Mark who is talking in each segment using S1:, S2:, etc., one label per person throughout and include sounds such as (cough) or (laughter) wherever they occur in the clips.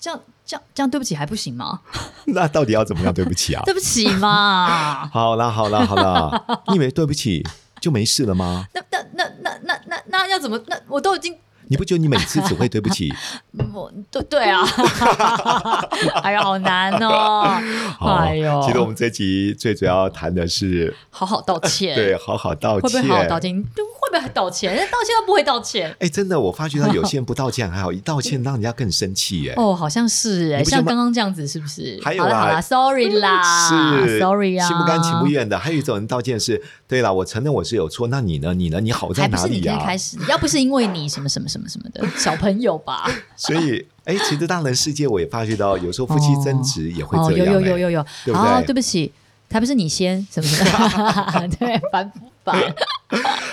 S1: 这样这样这样对不起还不行吗？
S2: (laughs) 那到底要怎么样对不起啊？，
S1: (laughs) 对不起嘛
S2: 好啦，好啦，好啦， (laughs) 你以为对不起就没事了吗？
S1: (laughs) 那那那那那那那要怎么？那我都已经嗯
S2: 你不觉得你每次只会对不
S1: (laughs)
S2: 起？
S1: 我对对啊， (laughs) 哎呀，好难哦，
S2: 好
S1: (laughs) 哎呦，
S2: 其实我们这集最主要谈的是，
S1: 好好道歉，
S2: 对，好好道
S1: 会不
S2: 歉。
S1: 会好好道歉？你会不会道歉？人家道歉都不会道歉。
S2: 哎，真的，我发觉到有些人不道歉还好，一道歉让人家更生气
S1: (laughs)
S2: 耶。
S1: 哦，好像是哎、
S2: 你不觉得
S1: 像
S2: 吗
S1: 刚刚这样子，是不是？
S2: 还有
S1: 好
S2: 啦
S1: 啦，好啦，sorry 啦，
S2: 是
S1: sorry 啊，
S2: 心不甘情不。愿的。还有一种人道歉是，对啦，我承认我是有错，那你呢？你呢？你好在
S1: 还不
S2: 哪
S1: 是你
S2: 里啊
S1: 可以
S2: 呀、
S1: 开始，要不是因为你什么什么什么什么
S2: (laughs)
S1: 的小朋友吧？
S2: 所以，哎，其实大人世界我也发觉到，有时候夫妻争执也会
S1: 哦，
S2: 这
S1: 有
S2: 样、哎
S1: 有有有
S2: 有，
S1: 有，
S2: 对不对
S1: 啊，对不起，还不是你先什么什么，
S2: (laughs)
S1: (laughs) 对，烦不烦？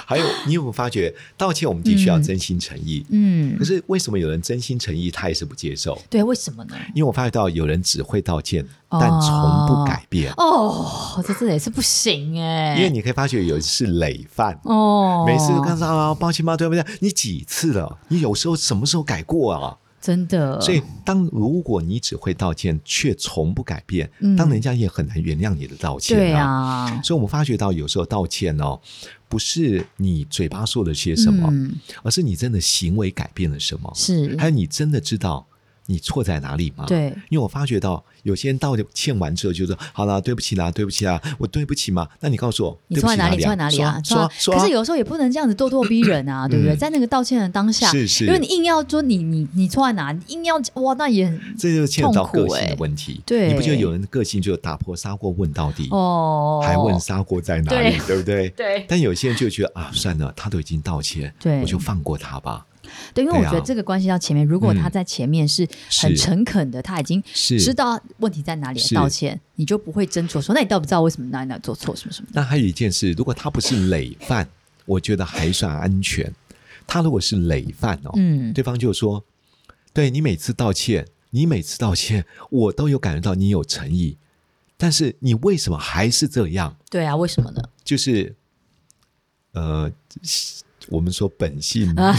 S2: 还有，你有没有发觉道歉我们的确要真心诚意？
S1: 嗯
S2: 可，是为什么有人真心诚意他也是不接受？
S1: 对，为什么呢？
S2: 因为我发觉到有人只会道歉，
S1: 哦
S2: 但从不改变。
S1: 哦，这这也是不行哎、
S2: 因为你可以发觉有人是累犯，
S1: 哦，
S2: 每次都跟他说啊，抱歉吗？对不对？你几次了？你有时候什么时候改过啊？
S1: 真的，
S2: 所以，当如果你只会道歉却从不改变，
S1: 嗯
S2: 当人家也很难原谅你的道歉、
S1: 对啊，
S2: 所以我们发觉到，有时候道歉哦，不是你嘴巴说了些什么，
S1: 嗯、
S2: 而是你真的行为改变了什么，
S1: 是
S2: 还有啊你真的知道你错在哪里吗？。
S1: 对，
S2: 因为我发觉到有些人道歉完之后就说：“好啦，对不起啦，对不起啦，我对不起嘛。”那你告诉我，
S1: 你错在哪里？
S2: 对
S1: 错在哪
S2: 不起哪
S1: 里啊？
S2: 说啊
S1: 错
S2: 说啊，
S1: 在可是有时候也不能这样子咄咄逼人啊，对不对？
S2: 嗯
S1: 在那个道歉的当下，
S2: 是是
S1: 因为你硬要说你你你错在哪，你硬要哇，那也很
S2: 这就牵扯到个
S1: 痛苦
S2: 性
S1: 欸
S2: 的问题。
S1: 对
S2: 你不觉得有人的个性就打破砂锅问到底，
S1: 哦，
S2: 还问砂锅在哪里，对不对？
S1: 对
S2: 但有些人就觉得啊，算了，他都已经道歉，
S1: 对
S2: 我就放过他吧。
S1: 对，因为我
S2: 对啊
S1: 觉得这个关系到前面，如果
S2: 嗯
S1: 他在前面是很
S2: 是
S1: 诚恳的，他已经
S2: 是
S1: 知道问题在哪里的
S2: 是
S1: 道歉，你就不会斟酌说，那你到底知道为什么哪里哪里做错什么什么的？
S2: 那还有一件事，如果他不是累犯，我觉得还算安全。他如果是累犯哦，
S1: 嗯，
S2: 对方就说：“对你每次道歉，你每次道歉，我都有感觉到你有诚意，但是你为什么还是这样？
S1: 对啊，为什么
S2: (laughs)
S1: 呢？
S2: 就是，呃，我们说本性
S1: 嗯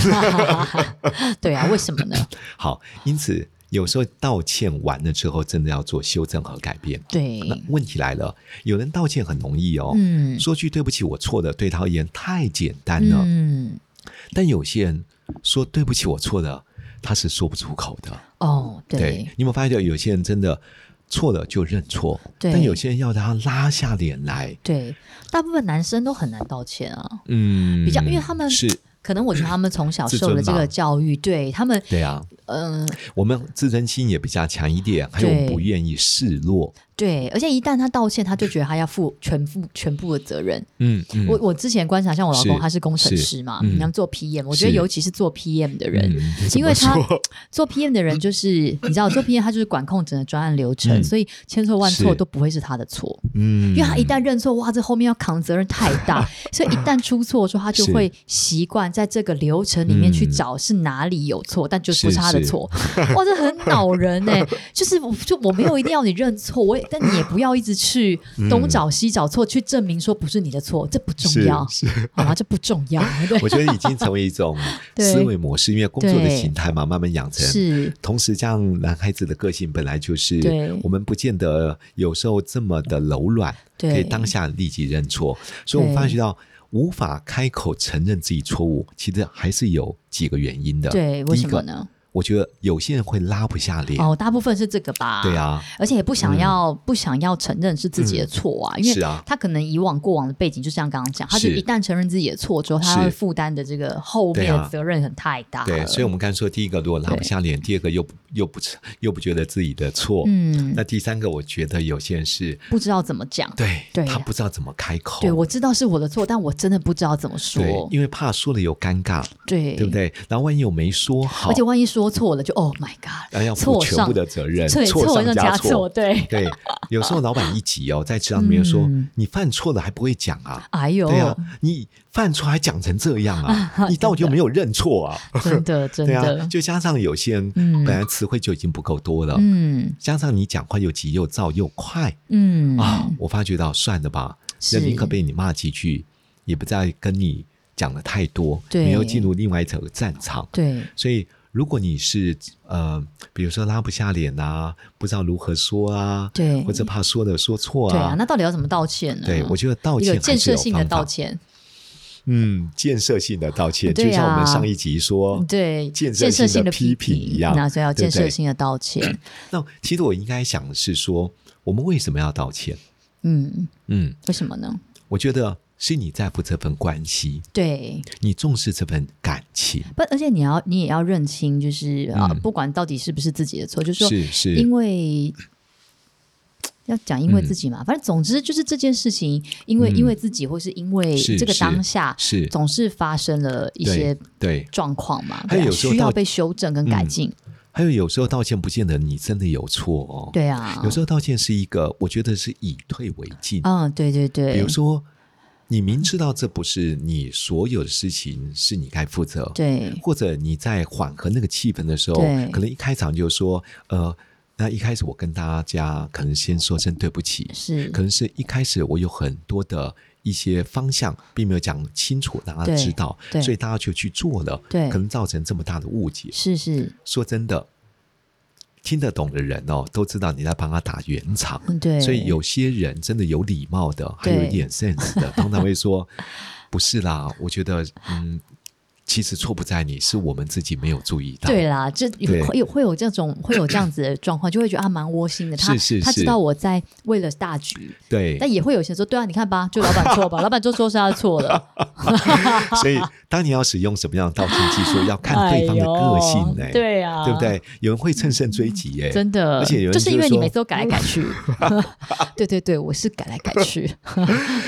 S1: 对啊，为什么呢？
S2: 好，因此有时候道歉完了之后，真的要做修正和改变。
S1: 对，
S2: (laughs) 那问题来了，有人道歉很容易哦，
S1: 嗯
S2: 说句对不起，我错了，对他而言太简单了。
S1: 嗯，
S2: 但有些人说对不起，我错了，他是说不出口的。
S1: 哦，对，
S2: 你有没有发觉有些人真的错了就认错，
S1: 对
S2: 但有些人要他拉下脸来，
S1: 对，大部分男生都很难道歉啊，
S2: 嗯，
S1: 比较因为他们
S2: 是，
S1: 可能我觉得他们从小
S2: 自
S1: 受
S2: 尊
S1: 了这
S2: 吧
S1: 个教育，对他们，
S2: 对啊，
S1: 嗯、
S2: 我们自尊心也比较强一点，还有我们
S1: 对
S2: 不愿意示弱，
S1: 对，而且一旦他道歉，他就觉得他要负全负全部的责任。
S2: 嗯嗯，
S1: 我我之前观察，像我老公
S2: 是
S1: 他是工程
S2: 是
S1: 师嘛，
S2: 嗯
S1: 然后做 PM，我觉得
S2: 是
S1: 尤其是做 PM 的人，
S2: 嗯
S1: (laughs) 因为他
S2: 怎么说
S1: 做 PM 的人就是你知道，做 PM 他就是管控整个专案流程，
S2: 嗯
S1: 所以千错万错
S2: 是
S1: 都不会是他的错，
S2: 嗯，
S1: 因为他一旦认错，哇，这后面要扛责任太
S2: (laughs)
S1: 大，所以一旦出错的时候，他就是会习惯在这个流程里面去
S2: 嗯
S1: 找是哪里有错，但就是不是
S2: 是
S1: 他的
S2: 是
S1: 错。 (laughs) 哇，这很恼人哎、就是我就我没有一定要你认错，我也但你也不要一直去东找西找错去证明说不是你的错，这不重要，
S2: 是是
S1: 好吗？这不重要，对，
S2: (laughs) 我觉得已经成为一种
S1: (laughs) 对
S2: 思维模式，因为工作的
S1: 对
S2: 形态嘛，慢慢养成。
S1: 是
S2: 同时，这样男孩子的个性本来就是
S1: 对，
S2: 我们不见得有时候这么的柔软，
S1: 对
S2: 可以当下立即认错。所以，我们发觉到无法开口承认自己错误，其实还是有几个原因的。
S1: 对，为
S2: 第一
S1: 什么
S2: 个，
S1: 呢？
S2: 我觉得有些人会拉不下脸。
S1: 哦，大部分是这个吧？
S2: 对。啊，
S1: 而且也不想要、不想要承认是自己的错啊，因
S2: 是
S1: 为
S2: 啊
S1: 他可能以往过往的背景，就像刚刚讲，他就是一旦承认自己的错之后，他
S2: 是
S1: 会负担的这个后面
S2: 对
S1: 的
S2: 啊
S1: 责任很太大了。
S2: 对，所以我们刚才说，第一个如果拉不下脸，第二个又不又不又不觉得自己的错，
S1: 嗯
S2: 那，第三个我觉得有些人是
S1: 不知道怎么讲。
S2: 对
S1: 对
S2: 他
S1: 呀
S2: 不知道怎么开口，
S1: 对，我知道是我的错，但我真的不知道怎么说
S2: 对。因为怕说了有尴尬，
S1: 对，
S2: 对不？对？然后万一我没说好哎
S1: 而且，万一说说错了就 Oh my God，
S2: 要负
S1: 错
S2: 全
S1: 上
S2: 部的责任，
S1: 对
S2: 错上
S1: 上
S2: 加
S1: 错，
S2: 错。
S1: 对，
S2: 对，啊有时候老板一急哦，在职场里面说
S1: 嗯
S2: 你犯错了还不会讲啊。
S1: 哎呦，
S2: 对啊，你犯错还讲成这样啊？你到底有没有认错啊？
S1: 真的 (laughs) 真
S2: (laughs) 对
S1: 的，
S2: 啊，就加上有些人
S1: 嗯
S2: 本来词汇就已经不够多了，
S1: 嗯
S2: 加上你讲话又急又躁又快
S1: 嗯
S2: 啊，我发觉到算了吧，
S1: 是
S2: 那宁可被你骂几句，也不再跟你讲的太多，
S1: 对
S2: 你又进入另外一层战场。
S1: 对，
S2: 所以，如果你是呃，比如说拉不下脸啊，不知道如何说啊，
S1: 对
S2: 或者怕说的说错
S1: 对啊，
S2: 啊，
S1: 那到底要怎么道歉呢？
S2: 对我觉得道歉
S1: 有建设
S2: 还是
S1: 性
S2: 有
S1: 的
S2: 方法
S1: 道，歉，
S2: 嗯，建设性的道歉，
S1: 对啊
S2: 就像我们上一集说，
S1: 对，
S2: 哦建
S1: 建设性
S2: 的
S1: 批
S2: 评一样，
S1: 那所以要
S2: 对
S1: 建
S2: 不
S1: 设
S2: 对。
S1: 性的道
S2: (clears throat)
S1: 歉。
S2: 那其实我应该想的是说，我们为什么要道歉？
S1: 嗯，
S2: 嗯，
S1: 为什么呢？
S2: 我觉得是你在乎这份关系，
S1: 对，
S2: 你重视这份感情，
S1: 不，而且你要你也要认清，就是啊、
S2: 嗯
S1: 不管到底是不是自己的错，就是说，
S2: 是是，
S1: 因为要讲因为
S2: 嗯
S1: 自己嘛，反正总之就是这件事情，因为、
S2: 嗯
S1: 因为自己，或是因为
S2: 是
S1: 这个
S2: 是
S1: 当下，
S2: 是
S1: 总是发生了一些
S2: 对。
S1: 状况嘛，
S2: 还
S1: 对啊
S2: 有时候
S1: 需要
S2: 到
S1: 被修正跟改
S2: 嗯
S1: 进，
S2: 还有有时候道歉不见得你真的有错哦，
S1: 对啊，
S2: 有时候道歉是一个，我觉得是以退为进。
S1: 嗯，对对对，
S2: 比如说，你明知道这不是你所有的事情是你该负责，，
S1: 对
S2: 或者你在缓和那个气氛的时候
S1: 对，
S2: 可能一开场就说，呃，那一开始我跟大家可能先说声对不起，
S1: 是
S2: 可能是一开始我有很多的一些方向并没有讲清楚，让大
S1: 对
S2: 家知道，
S1: 对
S2: 所以大家就去做了，
S1: 对
S2: 可能造成这么大的误解。
S1: 是是，
S2: 说真的，听得懂的人哦，都知道你在帮他打圆场。
S1: 嗯对，
S2: 所以有些人真的有礼貌的，还有一点 sense
S1: (laughs)
S2: 的，通常会说：“不是啦，我觉得，嗯，其实错不在你，是我们自己没有注意到。”
S1: 对啦，这
S2: 对
S1: 会有会有这种会有这样子
S2: (clears throat)
S1: 的状况，就会觉得啊蛮窝心的。他
S2: 是是
S1: 他知
S2: 是
S1: 道我在为了大局，
S2: 对
S1: 但也会有些说对啊，你看吧，就老板错
S2: (laughs)
S1: 吧，老板就说是他错了。
S2: 所以当你要使用什么样的道歉技术，要 (laughs) 看对方的个性呢、
S1: 哎呦 (laughs) 对啊，嗯
S2: 对不？对？有人会乘胜追击、耶，
S1: 真的，
S2: 而且有人
S1: 就是因
S2: 就
S1: 为
S2: 是
S1: 你
S2: 说
S1: 每次都改来改去，
S2: (laughs)
S1: (laughs) 对对对，我是改来改去，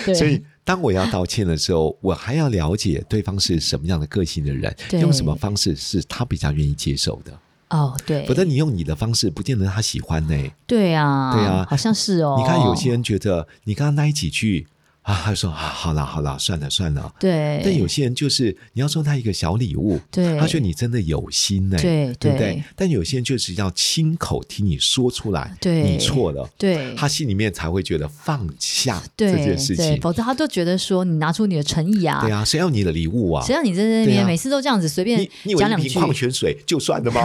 S1: 对，
S2: 所以，当我要道歉的时候，我还要了解对方是什么样的个性的人，
S1: 对
S2: 用什么方式是他比较愿意接受的。
S1: 哦对，
S2: 否则，你用你的方式，不见得他喜欢呢、
S1: 对啊，
S2: 对啊
S1: 好像是哦。
S2: 你看，有些人觉得你刚刚那一几句啊，他说啊，好啦好啦，算了算了。
S1: 对，
S2: 但有些人就是你要送他一个小礼物，
S1: 对
S2: 他觉得你真的有心呢、
S1: 对
S2: 对不
S1: 对
S2: 对？但有些人就是要亲口听你说出来，
S1: 对
S2: 你错了，
S1: 对
S2: 他心里面才会觉得放下这
S1: 对
S2: 件事
S1: 对，
S2: 情。
S1: 否则他就觉得说你拿出你的诚意啊
S2: 对，啊，谁要你的礼物啊
S1: 谁？让你在那
S2: 对
S1: 边
S2: 啊
S1: 每次都这样子随便
S2: 你你以为
S1: 讲
S2: 一
S1: 两
S2: 瓶
S1: 句？
S2: 矿泉水就算了吗？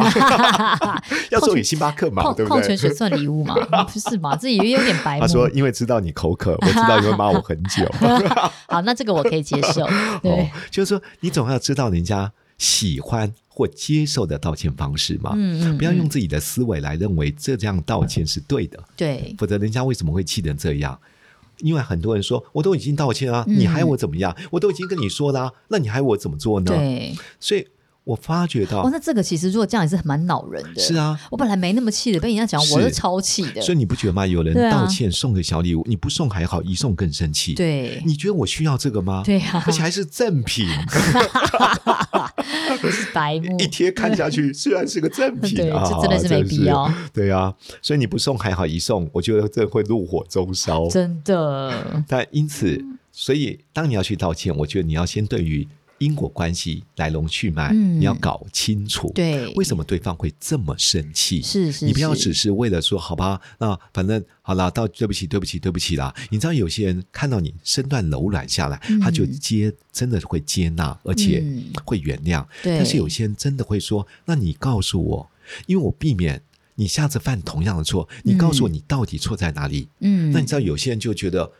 S2: (laughs) 要送你星巴克嘛，
S1: 矿
S2: 对不
S1: 矿泉
S2: 对？
S1: 水算礼
S2: (laughs)
S1: 物吗？不是嘛？自己也有点白目
S2: 他。说：“因为知道你口渴，我知道你会骂我很久。”
S1: 好，那这个我可以接受。
S2: (laughs) 哦
S1: 对，，
S2: 就是说你总要知道人家喜欢或接受的道歉方式嘛，
S1: 嗯嗯，
S2: 不要用
S1: 嗯
S2: 自己的思维来认为这样道歉是对的，
S1: 对
S2: 否则人家为什么会气成这样？因为很多人说我都已经道歉啊，
S1: 嗯
S2: 你还要我怎么样？我都已经跟你说啦、那你还要我怎么做呢？
S1: 对。
S2: 所以我发觉到
S1: 哦，那这个其实如果这样也是蛮恼人的。
S2: 是，啊，
S1: 我本来没那么气的，被人家讲
S2: 是
S1: 我是超气的。
S2: 所以你不觉得吗？有人
S1: 对啊
S2: 道歉送个小礼物，你不送还好，一送更生气。
S1: 对
S2: 你觉得我需要这个吗？
S1: 对啊哦
S2: 而且还是
S1: (laughs)
S2: 赠品，
S1: 是白目
S2: (laughs) 一，贴看下去，虽然是个赠品
S1: (laughs) 对
S2: 啊，
S1: 这真的是没必要
S2: 真是。对啊，所以你不送还好，一送，我觉得这会怒火中烧。
S1: 真的。
S2: 但因此，所以当你要去道歉，我觉得你要先对于因果关系来龙去脉，
S1: 嗯
S2: 你要搞清楚。。
S1: 对，
S2: 为什么对方会这么生气？
S1: 是是
S2: 你不要
S1: 是
S2: 只是为了说好吧，那反正好啦，到对不起，对不起，对不起啦。你知道有些人看到你身段柔软下来，他就
S1: 嗯
S2: 接真的会接纳，而且
S1: 嗯
S2: 会原谅。
S1: 对
S2: 但是有些人真的会说，那你告诉我，因为我避免你下次犯同样的错，你告诉我
S1: 嗯
S2: 你到底错在哪里。
S1: 嗯，
S2: 那你知道有些人就觉得，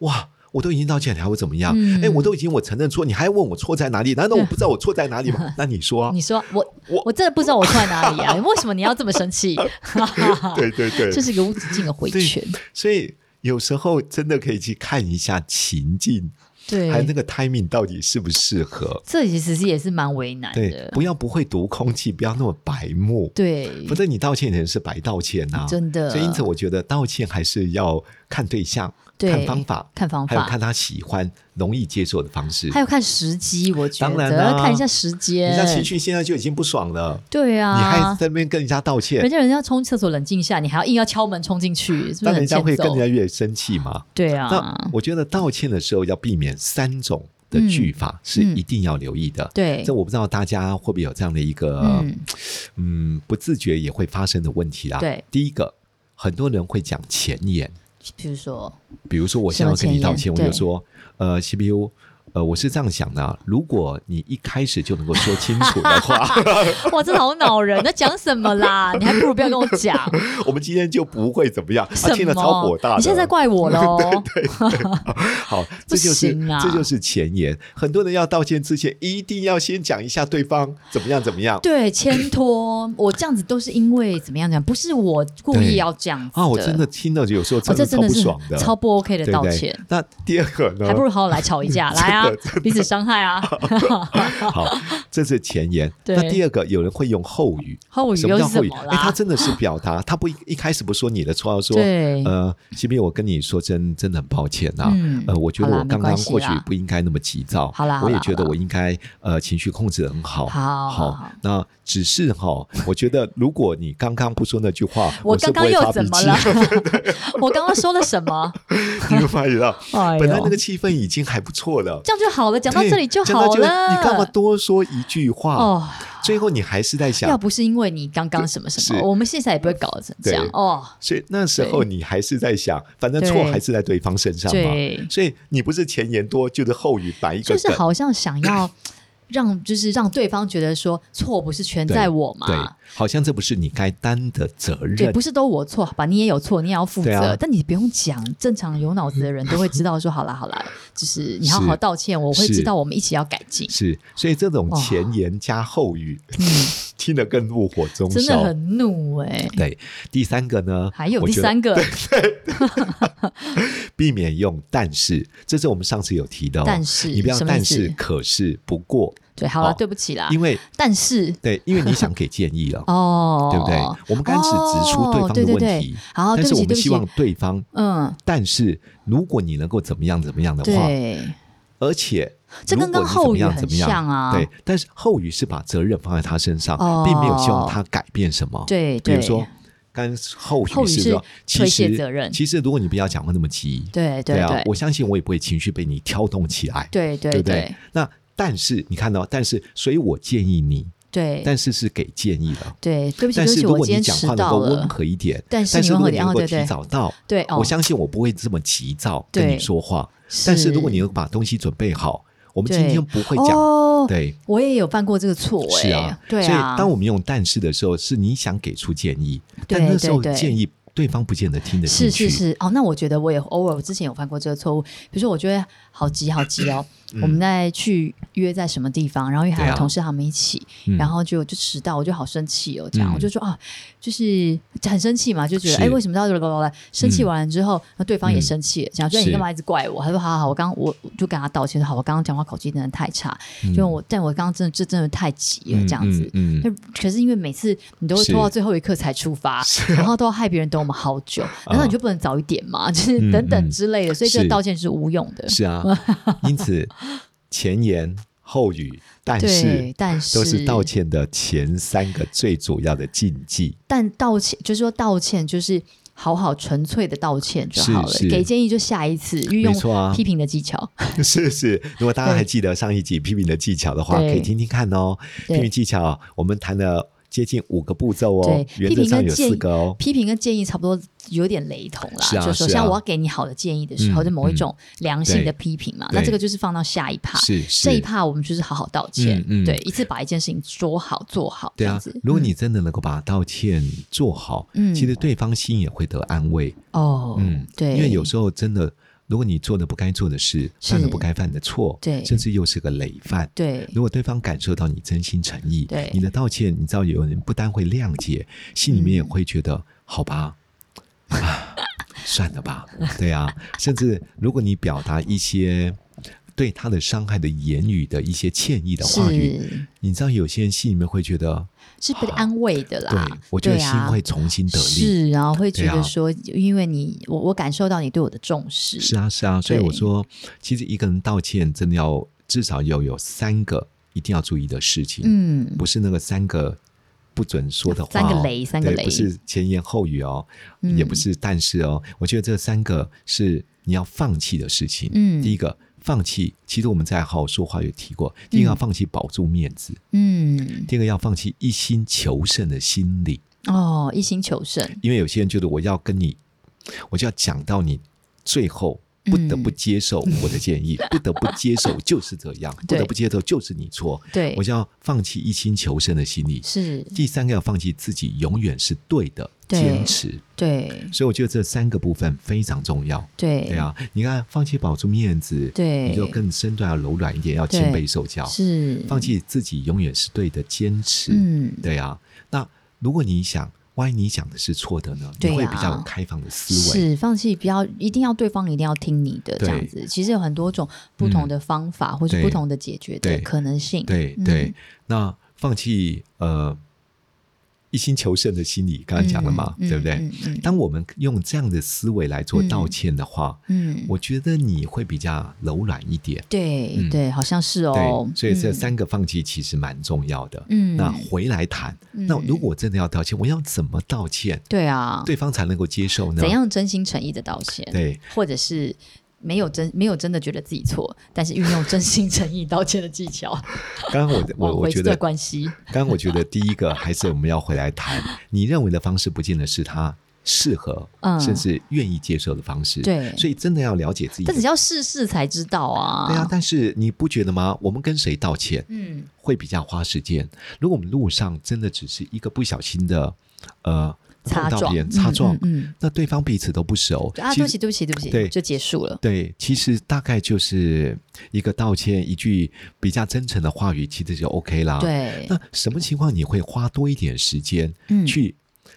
S2: 哇。我都已经道歉，你还会怎么样？
S1: 嗯
S2: 哎、我都已经我承认错，你还问我错在哪里？难道我不知道我错在哪
S1: (laughs)
S2: 里吗？那你说啊，
S1: 你说我
S2: 我
S1: 我真的不知道我错在哪
S2: (laughs)
S1: 里啊？为什么你要这么生气？ (laughs)
S2: 对对对，
S1: 这是一个无止境的回
S2: 对
S1: 圈。
S2: 所以有时候真的可以去看一下情境，
S1: 对，
S2: 还有那个 timing 到底适不适合。
S1: 这其实也是蛮为难
S2: 对
S1: 的，。
S2: 不要不会读空气，不要那么白目。
S1: 对，
S2: 否则你道歉的人是白道歉呐、
S1: (laughs) 真的
S2: 所以因此，我觉得道歉还是要看对象、
S1: 对
S2: 看方法、
S1: 看方
S2: 还有
S1: 法
S2: 看他喜欢容易接受的方式
S1: 还。有看时机，我觉
S2: 当然
S1: 得、
S2: 啦
S1: 看一下时间，
S2: 人家情绪现在就已经不爽了，
S1: 对啊，
S2: 你还在那边跟人家道歉
S1: 人，家人家冲厕所冷静一下，你还要硬要敲门冲进去，是不
S2: 但
S1: 是很
S2: 人家
S1: 欠
S2: 会
S1: 揍
S2: 更加越生气嘛。
S1: 对啊
S2: 那，我觉得道歉的时候要避免三种的句法是一定要留意的。
S1: 嗯对
S2: 这，我不知道大家会不会有这样的一个
S1: 嗯，
S2: 嗯不自觉也会发生的问题啦。啊
S1: 对，
S2: 第一个，很多人会讲前言，
S1: 比如说，
S2: 比如说我现在要跟你道歉，
S1: 什么前言
S2: 我
S1: 对
S2: 就说，呃，CPU。呃，我是这样想的啊，如果你一开始就能够说清楚的
S1: (laughs)
S2: 话，
S1: 哇，真的好恼人，在讲什么啦？你还不如不要跟我讲
S2: 我们今天就不会怎么样。
S1: 什
S2: (laughs) 他、
S1: 么，
S2: 听了超火大的。
S1: 你现在在怪我
S2: (laughs)
S1: 喽？
S2: 好，这就是
S1: 不行啊
S2: 这就是前言。很多人要道歉之前，一定要先讲一下对方怎么样怎么样。
S1: 对，牵拖，我这样子都是因为怎么样讲，不是我故意要这样子
S2: 啊，我真的，听到有时
S1: 我
S2: 候真
S1: 哦这
S2: 的
S1: 真
S2: 超
S1: 的
S2: 不
S1: 是
S2: 爽的，
S1: 超不 OK 的
S2: 对不
S1: 道
S2: 对
S1: 歉。
S2: 那第二个呢？
S1: 还不如好好来吵一架，来
S2: (laughs)
S1: 啊，彼此伤害啊。
S2: 好，这是前言。
S1: (laughs) 对
S2: 那第二个，有人会用后语。
S1: 后语
S2: 什
S1: 又
S2: 么叫
S1: 是什
S2: 后语？
S1: 么
S2: 哎，他
S1: 啦？
S2: 真的是表达，他不一一开始不说你的错，要说
S1: 对
S2: 呃，西边，我跟你说真真的很抱歉呐、
S1: 哎嗯
S2: 呃，我觉得
S1: 好啦
S2: 我刚
S1: 没关
S2: 刚
S1: 系
S2: 或许
S1: 啦
S2: 不应该那么急躁，
S1: 好啦好
S2: 我也
S1: 啦
S2: 觉得
S1: 好啦
S2: 我应该呃情绪控制得很好，
S1: 好好好
S2: 那只是哈，我觉得如果你刚刚不说那句话，
S1: 我
S2: 是
S1: 刚
S2: 不
S1: 刚
S2: 会
S1: 又
S2: 发脾
S1: 怎么
S2: 气
S1: 了？ (laughs) 我刚刚说了什么？
S2: 你会发觉到，
S1: (laughs) 哎呦
S2: (laughs) 本来那个气氛已经还不错了。
S1: 这样就好了，讲到
S2: 对
S1: 这里就
S2: 讲到
S1: 好了。
S2: 你干嘛多说一句话？
S1: 哦，
S2: 最后你还是在
S1: 要
S2: 想，
S1: 不是因为你刚刚什么什
S2: 是
S1: 么，我们现在也不会搞成这样
S2: 对
S1: 哦。
S2: 所以那时候
S1: 对
S2: 你还是在想，反正错
S1: 对
S2: 还是在对方身上嘛。
S1: 对
S2: 所以你不是前言多，就是后语摆一个
S1: 就
S2: 梗。
S1: 是好像想
S2: (clears throat)
S1: 要让，就是让对方觉得说错不是全
S2: 对
S1: 在我
S2: 对
S1: 嘛，，
S2: 好像这不是你该担的责任。
S1: 对，不是都我错，好吧，你也有错，你也要负
S2: 对
S1: 责。
S2: 啊
S1: 但你不用讲，正常有脑子的人都会知道说，好啦好啦，就是你好好
S2: 是
S1: 道歉，我会
S2: 是
S1: 知道我们一起要改进。
S2: 是，所以这种
S1: 哇嗯
S2: 前言加后语， (laughs) 听得更怒火中
S1: 真的
S2: 烧。
S1: 很怒哎、
S2: 对，第三个呢？
S1: 还有
S2: 我
S1: 第
S2: 觉得
S1: 三个，
S2: 避免用但是，这是我们上次有提到、
S1: 但是
S2: 你不要
S1: 什么意
S2: 但
S1: 思
S2: 是、可是、不过，
S1: (laughs) 对，好了，
S2: 哦
S1: 对不起啦，
S2: 因为
S1: 但是。
S2: 对，因为你想给建议了
S1: (laughs) 哦，
S2: 对不对？我们刚才只指出对
S1: 哦
S2: 方
S1: 对
S2: 的
S1: 对
S2: 问
S1: 对
S2: 题，
S1: 好，哦
S2: 但
S1: 对
S2: 是
S1: 不
S2: 我
S1: 起，
S2: 们
S1: 对不
S2: 希
S1: 起，
S2: 望对方，
S1: 嗯，
S2: 但是如果你能够怎么样怎么样的话，
S1: 对，
S2: 而且
S1: 这
S2: 如
S1: 跟
S2: 果
S1: 跟
S2: 你
S1: 后
S2: 怎么
S1: 语
S2: 样
S1: 很
S2: 怎么样
S1: 像啊
S2: 对，但是后语是把责任放在他身上，
S1: 哦
S2: 并没有希望他改变什么。
S1: 对
S2: 哦比
S1: 对
S2: 如说，刚才后
S1: 后
S2: 语
S1: 语
S2: 是
S1: 是
S2: 说，其
S1: 推卸
S2: 实
S1: 责任
S2: 其实如果你不要讲话那么急，
S1: 对对
S2: 啊，我相信我也不会情绪被你挑动起来，
S1: 对对
S2: 不对？那但是你看到，但是所以我建议你，
S1: 对
S2: 但是是给建议了。
S1: 对，对不起，
S2: 但
S1: 对不
S2: 是
S1: 起，
S2: 如
S1: 我
S2: 果
S1: 今
S2: 你
S1: 天
S2: 讲
S1: 迟
S2: 话能
S1: 到
S2: 够温
S1: 了。
S2: 和一点，
S1: 但是
S2: 但
S1: 你
S2: 是如
S1: 温
S2: 果
S1: 和
S2: 你
S1: 点
S2: 能
S1: 哦
S2: 够
S1: 对
S2: 提
S1: 对
S2: 早到，
S1: 对哦
S2: 我相信我不会这么急躁跟你
S1: 对
S2: 说话。但是如果你能够把东西准备好，我们今天
S1: 对
S2: 不会讲。
S1: 哦，
S2: 对，
S1: 我也有犯过这个错哎，
S2: 是啊，
S1: 对
S2: 所以
S1: 啊，
S2: 当我们用但是的时候，是你想给出建议，
S1: 对
S2: 但那时候
S1: 对对
S2: 建议对方不见得听得进
S1: 是
S2: 去。
S1: 是是哦，那我觉得我也偶尔我之前有犯过这个错误，比如说我觉得好急好急哦，我们在去约在什么地方，然后因为还
S2: 嗯对
S1: 有
S2: 啊
S1: 同事他们一起，
S2: 嗯
S1: 然后就就迟到，我就好生气哦，这样、
S2: 嗯
S1: 我就说啊，就是很生气嘛，就觉得
S2: 是
S1: 哎为什么到这了？生气
S2: 嗯
S1: 完了之后，那对方也
S2: 嗯
S1: 生气了，这样所以
S2: 是
S1: 你干嘛一直怪我？他说好好好，我刚我我就跟他道歉，好，我刚刚讲话口气真的太差，就我但我刚刚真的这真的太急了，这样子。
S2: 嗯嗯，嗯
S1: 那可是因为每次你都会
S2: 是
S1: 拖到最后一刻才出发，然后都要害别人等我们好
S2: (laughs)
S1: 久，难道你就不能早一点吗？就是等等之类的，所以这
S2: 哦嗯
S1: 个
S2: 是
S1: 道歉是无用的。
S2: 是啊。因此，前言后语，但
S1: (laughs) 对
S2: 是，
S1: 但是
S2: 都是道，歉的前三个最主要的禁忌。 (laughs)
S1: 但道歉就是说道歉就是好好纯粹的道歉就好了
S2: 是是，
S1: 给建议就下一次运
S2: 没错啊
S1: 用批评的技巧。
S2: 是是，如果大家
S1: 对
S2: 还记得上一集批评的技巧的话，
S1: 对
S2: 可以听听看哦。
S1: 对
S2: 批评技巧我们谈了接近五个步骤哦
S1: 对，
S2: 原则
S1: 批评
S2: 上
S1: 跟
S2: 有
S1: 建
S2: 四个哦。
S1: 批评跟建议差不多有点雷同啦，
S2: 是啊
S1: 就是说
S2: 是啊
S1: 像我要给你好的建议的时候，
S2: 嗯
S1: 就某一种良性的批评嘛，
S2: 对
S1: 那这个就是放到下一趴。
S2: 是
S1: 这一
S2: 是，
S1: 趴我们就是好好道歉，
S2: 嗯嗯
S1: 对，一次把一件事情说好做好，这
S2: 对
S1: 样
S2: 啊
S1: 子。。
S2: 如果你真的能够把道歉做好，
S1: 嗯
S2: 其实对方心也会得安慰。
S1: 哦，
S2: 嗯，
S1: 对，
S2: 因为有时候真的，如果你做了不该做的事，
S1: 是
S2: 犯了不该犯的错，
S1: 对
S2: 甚至又是个累犯。
S1: 对
S2: 如果对方感受到你真心诚意，
S1: 对
S2: 你的道歉，你知道有人不单会谅解，心里面
S1: 嗯
S2: 也会觉得、好吧， (laughs) 啊唉算了吧，对啊。甚至如果你表达一些对他的伤害的言语的一些歉意的话语，
S1: 是
S2: 你知道有些人心里面会觉得，
S1: 是被安慰的啦。
S2: 对我觉得
S1: 对
S2: 心
S1: 啊
S2: 会重新得力。
S1: 是啊，会觉
S2: 对啊
S1: 得说，因为你我我感受到你对我的重视，
S2: 是啊，是啊，所以
S1: 对
S2: 我说，其实一个人道歉真的要至少要有三个一定要注意的事情，
S1: 嗯，
S2: 不是那个三个不准说的话哦、
S1: 三个雷三个
S2: 对
S1: 雷
S2: 不是前言后语哦，
S1: 嗯
S2: 也不是但是哦，我觉得这三个是你要放弃的事情。
S1: 嗯
S2: 第一个放弃，其实我们在好好说话有提过，第一个要放弃保住面子，
S1: 嗯，
S2: 第二个要放弃一心求胜的心理，
S1: 哦，一心求胜，
S2: 因为有些人觉得我要跟你，我就要讲到你最后。不得不
S1: 嗯
S2: 接受我的建议，
S1: (laughs)
S2: 不得不接受就是这样，不
S1: 对
S2: 得不接受就是你错。
S1: 对
S2: 我，就要放弃一心求胜的心理，
S1: 是，
S2: 第三个要放弃自己永远是对的
S1: 对
S2: 坚持，
S1: 对，
S2: 所以我觉得这三个部分非常重要。
S1: 对，
S2: 对，啊，你看，放弃保住面子，
S1: 对
S2: 你就更身段要柔软一点，要
S1: 对
S2: 谦卑受教，
S1: 是，
S2: 放弃自己永远是对的坚持。
S1: 嗯，
S2: 对啊，那如果你想，万一你想的是错的呢？
S1: 对啊
S2: 你会比较有开放的思维。
S1: 是放弃，不要一定要对方一定要听你的这
S2: 对嗯
S1: 样子。其实有很多种不同的方法，或是
S2: 对
S1: 不同的解决的
S2: 对
S1: 可能性。
S2: 对
S1: 嗯
S2: 对，那放弃呃一心求胜的心理，刚才讲了嘛，
S1: 嗯
S2: 对不对？
S1: 嗯嗯
S2: 当我们用这样的思维来做道歉的话，
S1: 嗯，
S2: 我觉得你会比较柔软一点。
S1: 对
S2: 嗯
S1: 对，好像是哦
S2: 对，。所以这
S1: 嗯
S2: 三个放弃其实蛮重要的。
S1: 嗯
S2: 那回来谈，那如果真的要道歉，我要怎么道歉，
S1: 对啊，
S2: 对方才能够接受呢？
S1: 怎？样真心诚意的道歉？
S2: 对，
S1: 或者是。没有真没有真的觉得自己错，但是运用真心诚意道歉的技巧，
S2: 刚刚我的 (laughs) 我
S1: 挽
S2: 我
S1: 回
S2: 觉
S1: 这
S2: 得
S1: 段，关系。
S2: 刚刚我觉得第一个还是我们要回来谈，你认为的方式不见得是他适合，
S1: 嗯
S2: 甚至愿意接受的方式。
S1: 对
S2: 所以真的要了解自己的。
S1: 但只要试试才知道啊。
S2: 对啊，但是你不觉得吗？我们跟谁道歉？
S1: 嗯，
S2: 会比较花时间。如果我们路上真的只是一个不小心的，呃，
S1: 擦
S2: 碰到
S1: 撞
S2: 别人擦撞，
S1: 嗯嗯
S2: 那对方彼此都不熟，
S1: 嗯啊，
S2: 其
S1: 对
S2: 实
S1: 不起，对不起，对不起，
S2: 对
S1: 就结束了。
S2: 对，其实大概就是一个道歉，一句比较真诚的话语，其实就 OK 啦。，
S1: 对，
S2: 啊那什么情况你会花多一点时间
S1: 嗯
S2: 去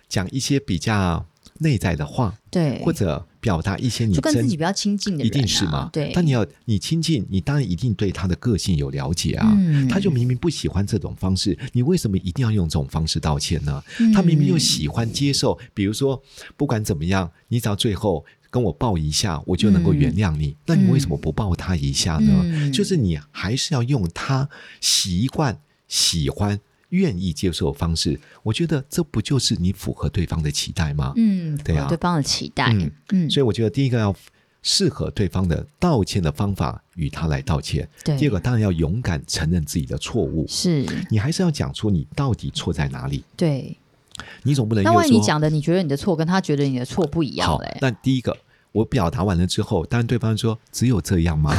S2: 讲一些比较内在的话，
S1: 对，
S2: 或者表达一些你
S1: 就跟自
S2: 真
S1: 己比较亲近的人、啊，
S2: 一定是嘛？
S1: 对，
S2: 但你要你亲近，你当然一定对他的个性有了解啊。
S1: 嗯
S2: 他就明明不喜欢这种方式，你为什么一定要用这种方式道歉呢？
S1: 嗯
S2: 他明明又喜欢接受，比如说不管怎么样，你只要最后。跟我抱一下，我就能够原谅你。那你为什么不抱他一下呢？
S1: 嗯
S2: 就是你还是要用他习惯、喜欢、愿意接受的方式。我觉得这不就是你符合对方的期待吗？
S1: 嗯，
S2: 对啊
S1: 有对方的期待，
S2: 嗯
S1: 嗯
S2: 所以我觉得第一个要适合对方的道歉的方法与他来道歉。
S1: 对
S2: 第二个当然要勇敢承认自己的错误，
S1: 是
S2: 你还是要讲出你到底错在哪里。
S1: 对。
S2: 你总不能
S1: 那
S2: 又
S1: 万一
S2: 说
S1: 你讲的你觉得你的错，跟他觉得你的错不一样
S2: 好
S1: 嘞，，
S2: 那第一个。我表达完了之后，当然对方说只有这样吗？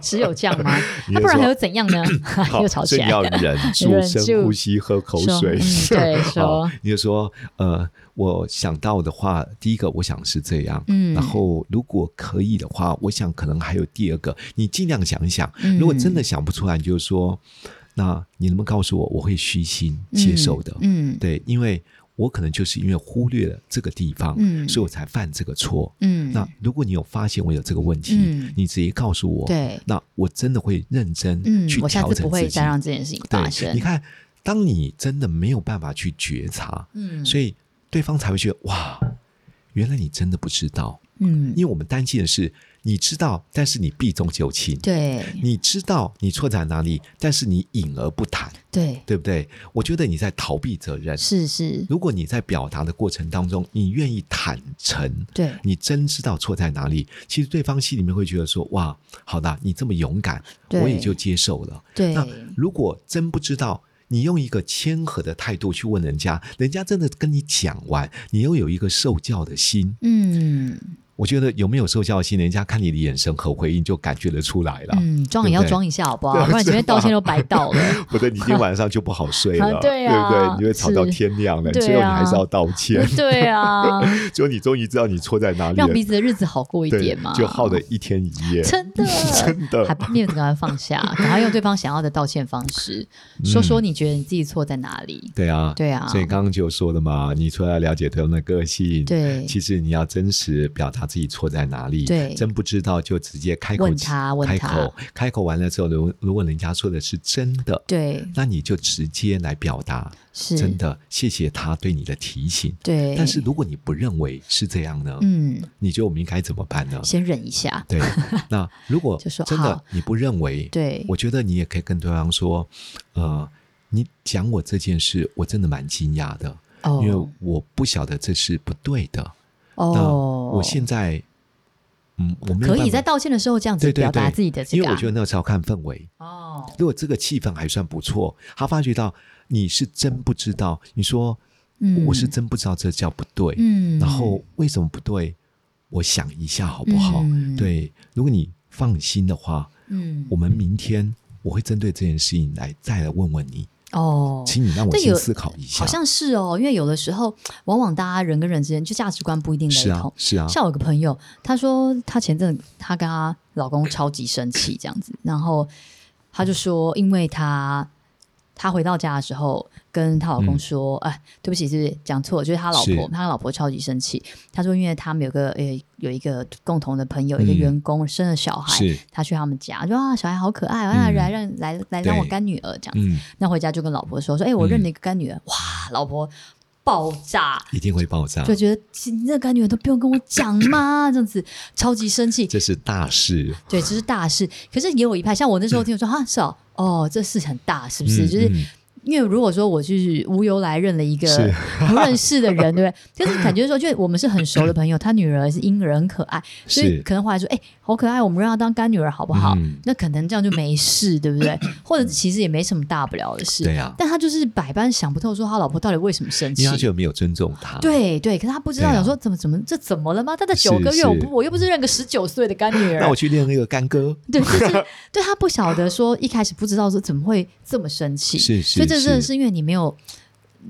S1: 只有这样吗？
S2: 你
S1: 那
S2: 就
S1: 不然
S2: 说
S1: 还有怎样呢？
S2: (coughs)
S1: (coughs) (laughs)
S2: 好，
S1: 又吵
S2: 所
S1: 起
S2: 以
S1: 来
S2: 你要。忍
S1: (laughs)
S2: 住
S1: 忍
S2: 深
S1: 住
S2: 呼吸，喝口水。
S1: 说嗯
S2: (laughs)
S1: 对
S2: 好
S1: 说
S2: 你就说呃，我想到的话，第一个我想是这样，
S1: 嗯
S2: 然后如果可以的话，我想可能还有第二个，你尽量想一想。
S1: 嗯
S2: 如果真的想不出来，你就说，那你能不能告诉我，我会虚心接受的？
S1: 嗯，嗯，
S2: 对，因为我可能就是因为忽略了这个地方，
S1: 嗯
S2: 所以我才犯这个错。
S1: 嗯，
S2: 那如果你有发现我有这个问题，
S1: 嗯
S2: 你直接告诉我，
S1: 对
S2: 那我真的会认真
S1: 嗯
S2: 去，
S1: 我下
S2: 调整
S1: 次
S2: 自己。
S1: 不会再让这件事情发
S2: 对，
S1: 生。
S2: 你，看，当你真的没有办法去觉察，
S1: 嗯，
S2: 所以对方才会觉得哇，原来你真的不知道。
S1: 嗯，
S2: 因为我们担心的是你知道，但是你避重就轻。
S1: 对
S2: 你知道你错在哪里，但是你隐而不谈，
S1: 对
S2: 对不对？我觉得你在逃避责任。
S1: 是是，
S2: 如果你在表达的过程当中，你愿意坦诚，
S1: 对
S2: 你真知道错在哪里，其实对方心里面会觉得说：“哇，好啦，你这么勇敢，
S1: 对
S2: 我也就接受了。”
S1: 对
S2: 那如果真不知道，你用一个谦和的态度去问人家，人家真的跟你讲完，你又有一个受教的心，
S1: 嗯
S2: 我觉得有没有受教的心，人家看你的眼神和回应就感觉得出来了。
S1: 嗯，装也
S2: 啊对
S1: 要
S2: 不对
S1: 装一下好不好？不然前面道歉都白道了。
S2: (laughs) 不对，你今天晚上就不好睡了，
S1: 啊 (laughs) 对啊
S2: 对不对？你就会吵到
S1: 是
S2: 天亮了，
S1: 对啊
S2: 最后你还是要道歉， (laughs)
S1: 对啊，
S2: 结果你终于知道你错在哪里
S1: 让
S2: 了，
S1: 彼此的日子好过一
S2: 对
S1: 点嘛，，
S2: 就耗了一天一夜，
S1: 真的
S2: (laughs) 真的
S1: 还面子赶快放下，赶快用对方想要的道歉方式，说说你觉得你自己错在哪里。
S2: 对啊，
S1: 对啊
S2: 所以刚刚就说了嘛，你除了了解对方的个性，
S1: 对
S2: 其实你要真实表达自己错在哪里，
S1: 对
S2: 真不知道就直接开口
S1: 问他问
S2: 开
S1: 他
S2: 口，开口完了之后，如如果人家说的是真的，
S1: 对，
S2: 那你就直接来表达，
S1: 是
S2: 真，的谢谢他对你的提醒。
S1: 对。
S2: 但是如果你不认为是这样呢，
S1: 嗯，
S2: 你觉得我们应该怎么办呢？
S1: 先忍一下，
S2: 对，那如果
S1: (laughs) 就说
S2: 真的
S1: 好
S2: 你不认为，
S1: 对，
S2: 我觉得你也可以跟对方说，呃，你讲我这件事，我真的蛮惊讶的，
S1: 哦
S2: 因为我不晓得这是不对的。那
S1: 哦，
S2: 我现在，嗯，我没有
S1: 可以
S2: 办法
S1: 在道歉的时候这样子
S2: 对对
S1: 表达
S2: 对
S1: 自己的这
S2: 因
S1: 个啊，
S2: 为我觉得那个是要看氛围。
S1: 哦，
S2: 如果这个气氛还算不错，他发觉到你是真不知道，你说
S1: 嗯
S2: 我是真不知道这叫不对，
S1: 嗯，
S2: 然后为什么不对？我想一下好不好？
S1: 嗯
S2: 对，如果你放心的话，
S1: 嗯，
S2: 我们明天我会针对这件事情来再来问问你，
S1: 哦，
S2: 请你让我
S1: 对
S2: 先
S1: 有
S2: 思考一下。
S1: 好像是哦，因为有的时候，往往大家人跟人之间就价值观不一定
S2: 是
S1: 雷
S2: 啊
S1: 同，。
S2: 是啊，
S1: 像我有个朋友，她说她前阵她跟她老公超级生气这样子，然后她就说，因为她她回到家的时候跟她老公说，哎、对不起，是讲错了，就是她老
S2: 是
S1: 婆，她老婆超级生气。她说，因为他们有个呃、有一个共同的朋友，一个
S2: 嗯
S1: 员工生了小孩，
S2: 是，
S1: 她去他们家说啊，小孩好可爱哦，啊
S2: 嗯
S1: 来让来来当我
S2: 对
S1: 干女儿这样子。
S2: 嗯，
S1: 那回家就跟老婆说说，哎、我认了一个干女儿，哇，老婆爆炸，
S2: 一定会爆炸
S1: 就，觉得其你这干女儿都不用跟我讲
S2: (coughs)
S1: 嘛，这样子超级生气。
S2: 这是大事。
S1: 对，这是大事。可是也有一派，像我那时候听我说，哈、是哦，哦，这事很大，是不是？
S2: 嗯
S1: 就是
S2: 嗯
S1: 因为如果说我就是无由来认了一个
S2: 是
S1: 不认识的人，对不对？就是感觉说，就我们是很熟的朋友，他女儿是婴儿，很可爱，所以
S2: 是
S1: 可能后来说，哎、好可爱，我们让她当干女儿好不好？
S2: 嗯
S1: 那可能这样就没事，对不对？或者其实也没什么大不了的事，
S2: 对啊
S1: 但他就是百般想不透，说他老婆到底为什么生气
S2: 因为他。觉得没有尊重他。
S1: 对对，可是他不知道，
S2: 啊对啊
S1: 想说怎么怎么这怎么了吗？他的九个
S2: 是
S1: 月，我不
S2: 是嗯
S1: 我又不是认个十九岁的干女儿，
S2: 那我去练那个干戈，
S1: (laughs) 对，就是
S2: (laughs)
S1: 对他不晓得说一开始不知道说怎么会这么生气，
S2: 是
S1: 所
S2: 是
S1: 以这真的
S2: 是
S1: 是因为你没有。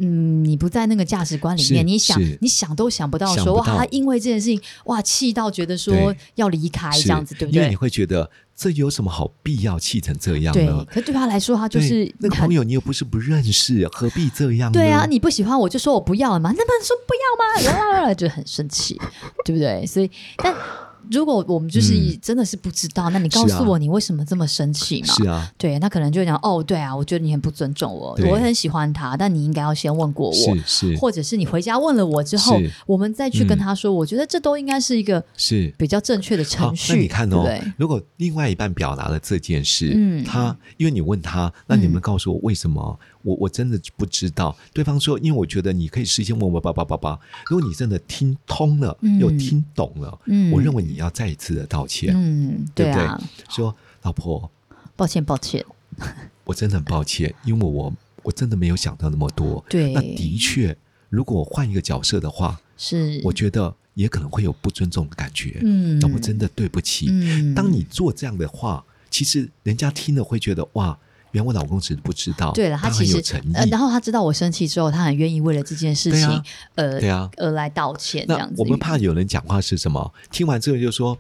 S1: 嗯，你不在那个价值观里
S2: 是
S1: 面，你想
S2: 是
S1: 你想都想不到
S2: 想
S1: 说
S2: 不
S1: 哇，
S2: 到
S1: 他因为这件事情哇气到觉得说
S2: 对
S1: 要离开
S2: 是
S1: 这样子，对不
S2: 因为你
S1: 对？
S2: 会觉得这有什么好必要气成这样
S1: 对
S2: 呢，？
S1: 可对他来说，他就
S2: 对
S1: 是
S2: 那个
S1: 很
S2: 朋友，你又不是不认识，何必这样呢？
S1: 对啊，你不喜欢我就说我不要了嘛， (laughs) 那么说不要嘛，啦啦 (laughs) 啦就很生气，对不对？所以，但如果我们就是
S2: 嗯
S1: 真的是不知道，那你
S2: 是
S1: 告诉
S2: 啊
S1: 我你为什么这么生气嘛？
S2: 是啊，
S1: 对，那可能就会讲哦，对啊，我觉得你很不尊重我，
S2: 对
S1: 我很喜欢他，但你应该要先问过我，
S2: 是是
S1: 或者是你回家问了我之后
S2: 是，
S1: 我们再去跟
S2: 嗯
S1: 他说。我觉得这都应该是一个
S2: 是。
S1: 比较正确的程
S2: 好，那
S1: 序，
S2: 你看
S1: 对
S2: 哦
S1: 不对？，
S2: 如果另外一半表达了这件事，
S1: 嗯
S2: 他因为你问他，那你们
S1: 嗯
S2: 告诉我为什么？我我真的不知道。对方说，因为我觉得你可以事先问我吧吧吧吧。如果你真的听通了，
S1: 嗯
S2: 又听懂了，
S1: 嗯
S2: 我认为你要再一次的道歉，
S1: 嗯，
S2: 对
S1: 对
S2: 不对
S1: 啊，？
S2: 说老婆，
S1: 抱歉，抱歉，
S2: 我真的很抱歉，因为我我真的没有想到那么多。
S1: 对
S2: 那的确，如果换一个角色的话，
S1: 是，
S2: 我觉得也可能会有不尊重的感觉。
S1: 嗯，
S2: 那我真的对不起。
S1: 嗯，
S2: 当你做这样的话，其实人家听了会觉得哇，原来我老公只是不知道，
S1: 对了，
S2: 哦他
S1: 其
S2: 很有
S1: 实
S2: 诚意。
S1: 呃，然后他知道我生气之后，他很愿意为了这件事
S2: 对
S1: 情
S2: 啊，
S1: 呃，
S2: 对啊
S1: 而来道歉这
S2: 那
S1: 样子。
S2: 我们怕有人讲话是什么？听完之后就说，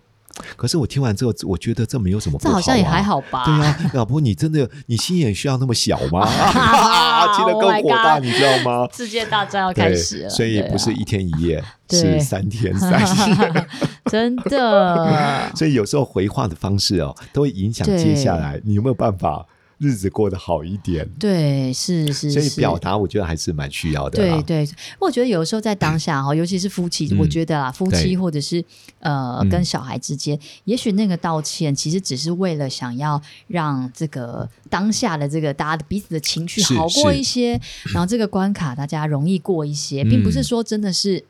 S2: 可是我听完之后，我觉得这没有什么不
S1: 这
S2: 好、啊，
S1: 好像也还。好吧？
S2: 对啊，老婆，你真的你心眼需要那么小
S1: (laughs)
S2: 吗？ (laughs)
S1: 啊
S2: 听得
S1: Oh
S2: 更
S1: my
S2: 火大，
S1: God
S2: 你知道吗？
S1: 世界大战要 (laughs) 开
S2: 对，
S1: 始了，
S2: 所以
S1: 对
S2: 不
S1: 啊
S2: 是一天一夜，
S1: (laughs) 对
S2: 是三天三
S1: (laughs)
S2: 夜。，
S1: 真的
S2: (laughs) 所以有时候回话的方式哦，都会影响
S1: 对
S2: 接下来你有没有办法日子过得好一点。
S1: 对，是是，
S2: 所以
S1: 是
S2: 表达，我觉得还是蛮需要的啦。
S1: 对对，我觉得有时候在当
S2: (clears throat)
S1: 下哦哈，尤其是夫妻，
S2: 嗯
S1: 我觉得啦，夫妻
S2: 对
S1: 或者是呃
S2: 嗯
S1: 跟小孩之间，也许那个道歉其实只是为了想要让这个当下的这个大家彼此的情绪
S2: 是
S1: 好过
S2: 是嗯
S1: 一些，然后
S2: (clears throat)
S1: 这个关卡大家容易过一些，并不是说真的是。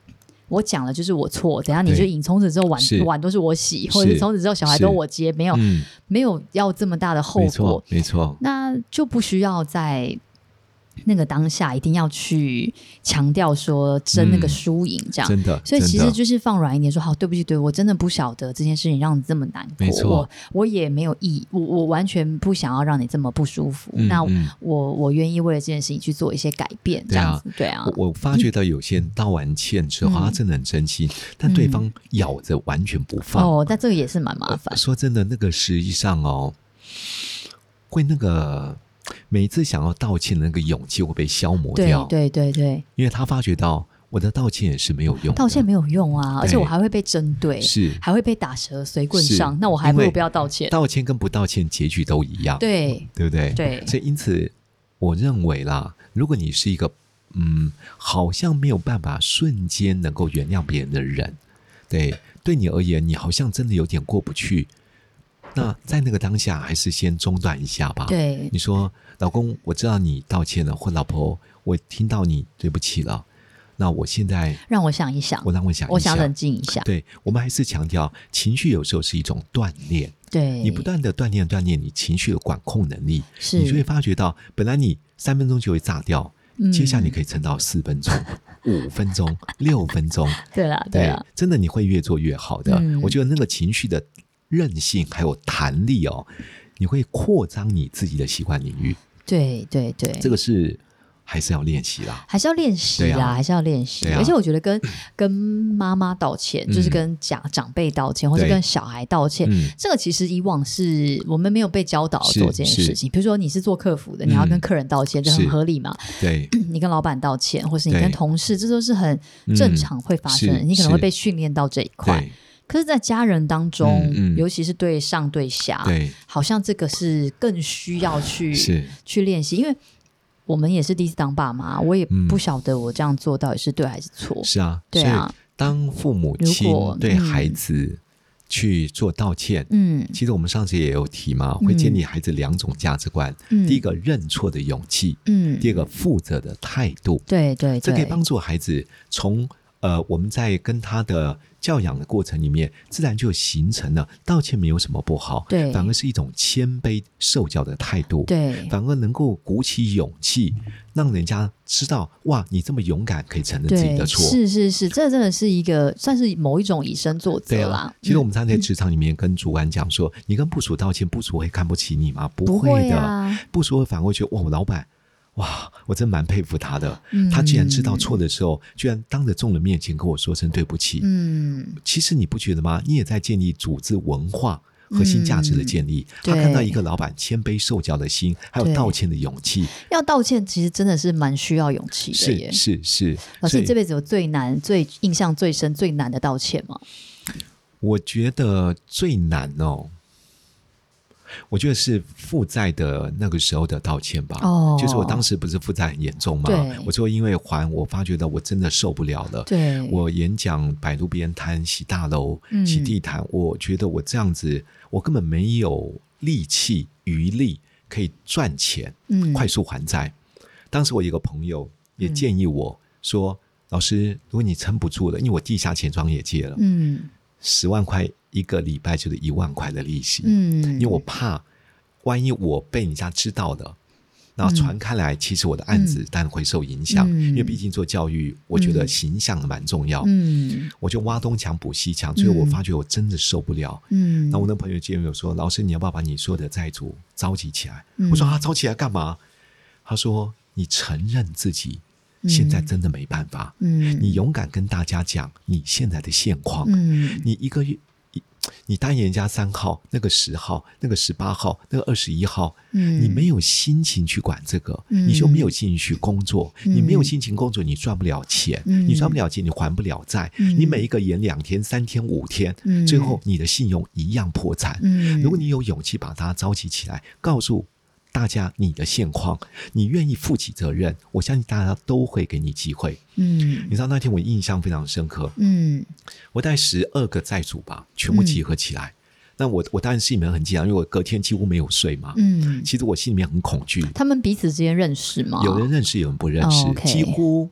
S1: 我讲了就是我错，等下你
S2: 对
S1: 就赢。从此之后碗
S2: 是
S1: 碗都是我洗，或者是
S2: 是
S1: 从此之后小孩都
S2: 是
S1: 我接，没有、
S2: 嗯，
S1: 没有要这么大的后
S2: 没
S1: 果
S2: 错。，没错，
S1: 那就不需要在那个当下一定要去强调说争那个
S2: 嗯
S1: 输赢这样。
S2: 真的。
S1: 所以其
S2: 真
S1: 实
S2: 的
S1: 就是放软一点说，好，对不起，对我真的不晓得这件事情让你这么难过，
S2: 没错
S1: 我我也没有意，我我完全不想要让你这么不舒服。
S2: 嗯
S1: 那
S2: 嗯
S1: 我我愿意为了这件事情去做一些改变，这
S2: 对啊
S1: 样子，对啊，
S2: 我我发觉到有些人道完歉之后，
S1: 嗯
S2: 他真的很真心，但对
S1: 嗯
S2: 方咬着完全不放。
S1: 哦，但这个也是蛮麻
S2: 呃
S1: 烦，
S2: 说真的，那个实际上哦，会那个每一次想要道歉的那个勇气会被消磨
S1: 对
S2: 掉，
S1: 对对对，
S2: 因为他发觉到我的道歉也是没有用的，
S1: 道歉没有用啊，而且我还会被针对，
S2: 是
S1: 还会被打舌随棍
S2: 是
S1: 上，那我还不
S2: 因
S1: 如
S2: 为
S1: 不要道歉。
S2: 道歉跟不道歉结局都一样，
S1: 对
S2: 对不对？
S1: 对
S2: 所以因此，我认为啦，如果你是一个嗯，好像没有办法瞬间能够原谅别人的人，对，对你而言，你好像真的有点过不去。那在那个当下，还是先中断一下吧。，
S1: 对
S2: 你说，老公，我知道你道歉了，或老婆，我听到你对不起了。那我现在，
S1: 让我想一想，
S2: 我让我想一下，
S1: 我想冷静一下。
S2: 对，我们还是强调，情绪有时候是一种锻炼。
S1: 对，
S2: 你不断的锻炼锻炼你情绪的管控能力，
S1: 是嗯
S2: 你就会发觉到，本来你三分钟就会炸掉，接下来你
S1: 以
S2: 可以撑到四分
S1: (laughs)
S2: 钟、五分钟、六分钟，
S1: 对啦，对啦，
S2: 真的你会越做越好的。
S1: 嗯
S2: 我觉得那个情绪的韧性还有弹力哦，你会扩张你自己的习惯领域，
S1: 对对对，
S2: 这个是还是要练习啦。
S1: 还是要练习
S2: 对
S1: 啦，
S2: 啊
S1: 还是要练习。
S2: 对啊
S1: 而且我觉得跟跟妈妈道歉，就是
S2: 嗯
S1: 跟长长辈道歉，或者
S2: 对
S1: 跟小孩道歉。
S2: 嗯，
S1: 这个其实以往是我们没有被教导
S2: 是
S1: 做这件事情，比如说你是做客服的，你要
S2: 嗯
S1: 跟客人道歉，这很
S2: 是
S1: 合
S2: (clears throat)
S1: 理嘛？
S2: 对，
S1: 你跟老板道歉，或是你
S2: 对嗯
S1: 跟同事，这都是很正常会发生的。
S2: 是
S1: 你可能会
S2: 是
S1: 被训练到这一块，
S2: 对，
S1: 可是，在家人当中，
S2: 嗯嗯
S1: 尤其是对上对下，
S2: 对，
S1: 好像这个是更需要去
S2: 是，
S1: 去练习，因为我们也是第一次当爸妈，我也
S2: 嗯
S1: 不晓得我这样做到底是对还是错。
S2: 是啊，
S1: 对啊，
S2: 当父母亲
S1: 如果
S2: 对
S1: 嗯
S2: 孩子去做道歉，
S1: 嗯
S2: 其实我们上次也有提嘛，
S1: 嗯
S2: 会建立孩子两种价值观：
S1: 嗯
S2: 第一个认错的勇气，
S1: 嗯，
S2: 第二个负责的态度。
S1: 对对对，
S2: 这可以帮助孩子从呃我们在跟他的教养的过程里面，自然就形成了道歉没有什么不好，
S1: 对
S2: 反而是一种谦卑受教的态度。
S1: 对
S2: 反而能够鼓起勇气，让人家知道哇，你这么勇敢，可以承认自己
S1: 对
S2: 的错。
S1: 是是是，这真的是一个算是某一种以身作
S2: 对
S1: 则
S2: 啊
S1: 啦。，
S2: 其实我
S1: 嗯
S2: 们常在职场里面跟主管讲说，你跟部署道歉，部署会看不起你吗？
S1: 嗯不
S2: 会
S1: 会
S2: 的，
S1: 啊，
S2: 部署会反过去，哇，我老板，哇，我真蛮佩服他的，
S1: 嗯
S2: 他居然知道错的时候，居然当着众人面前跟我说声对不起。
S1: 嗯，
S2: 其实你不觉得吗？你也在建立组织文化。核心价值的建立，
S1: 嗯对
S2: 他看到一个老板谦卑受教的心，还有
S1: 对
S2: 道歉的勇气，
S1: 要道歉其实真的是蛮需要勇气的耶
S2: 是。是是。
S1: 老师，
S2: 所以
S1: 你这辈子有最难、最印象最深、最难的道歉吗？
S2: 我觉得最难哦，我觉得是负债的那个时候的道歉吧。
S1: 哦
S2: 就是我当时不是负债很严重嘛
S1: 对，
S2: 我就因为还，我发觉到我真的受不了了。
S1: 对，
S2: 我演讲摆路边摊、洗大楼、
S1: 嗯
S2: 洗地毯，我觉得我这样子，我根本没有力气、余力可以赚钱，
S1: 嗯
S2: 快速还债。当时我有个朋友也建议我说：“老师，如果你撑不住了，因为我地下钱庄也借了，
S1: 嗯
S2: 十万块一个礼拜就是一万块的利息，
S1: 嗯，
S2: 因为我怕万一我被人家知道了。然后传开来，其实我的案子但会受影响，
S1: 嗯
S2: 因为毕竟做教育，我觉得
S1: 嗯
S2: 形象蛮重要。
S1: 嗯
S2: 我就挖东墙补西墙，最后我
S1: 嗯
S2: 发觉我真的受不了。
S1: 嗯，
S2: 那我那朋友建议我说：“老师，你要不要把你所有的债主召集起来？”
S1: 嗯
S2: 我说：“啊，召集来干嘛？”他说：“你承认自己现在
S1: 嗯
S2: 真的没办法，
S1: 嗯
S2: 你勇敢跟大家讲你现在的现况，
S1: 嗯
S2: 你一个月，一你答应人家三号，那个十号，那个十八号，那个二十一号，
S1: 嗯
S2: 你没有心情去管这个，
S1: 嗯
S2: 你就没有心情去工作，
S1: 嗯
S2: 你没有心情工作，你赚不了钱，
S1: 嗯
S2: 你赚不了钱，你还不了债，
S1: 嗯
S2: 你每一个延两天、三天、五天，
S1: 嗯
S2: 最后你的信用一样破产。
S1: 嗯，
S2: 如果你有勇气把它召集起来，告诉大家你的现况，你愿意负起责任，我相信大家都会给你机会。
S1: 嗯
S2: 你知道那天我印象非常深刻，
S1: 嗯
S2: 我带十二个债主吧，全部集合起来。那我我当然心里面很紧张，因为我隔天几乎没有睡嘛。
S1: 嗯，
S2: 其实我心里面很恐惧，
S1: 他们彼此之间认识吗？
S2: 有人认识，有人不认识，
S1: 啊哦，OK
S2: 几乎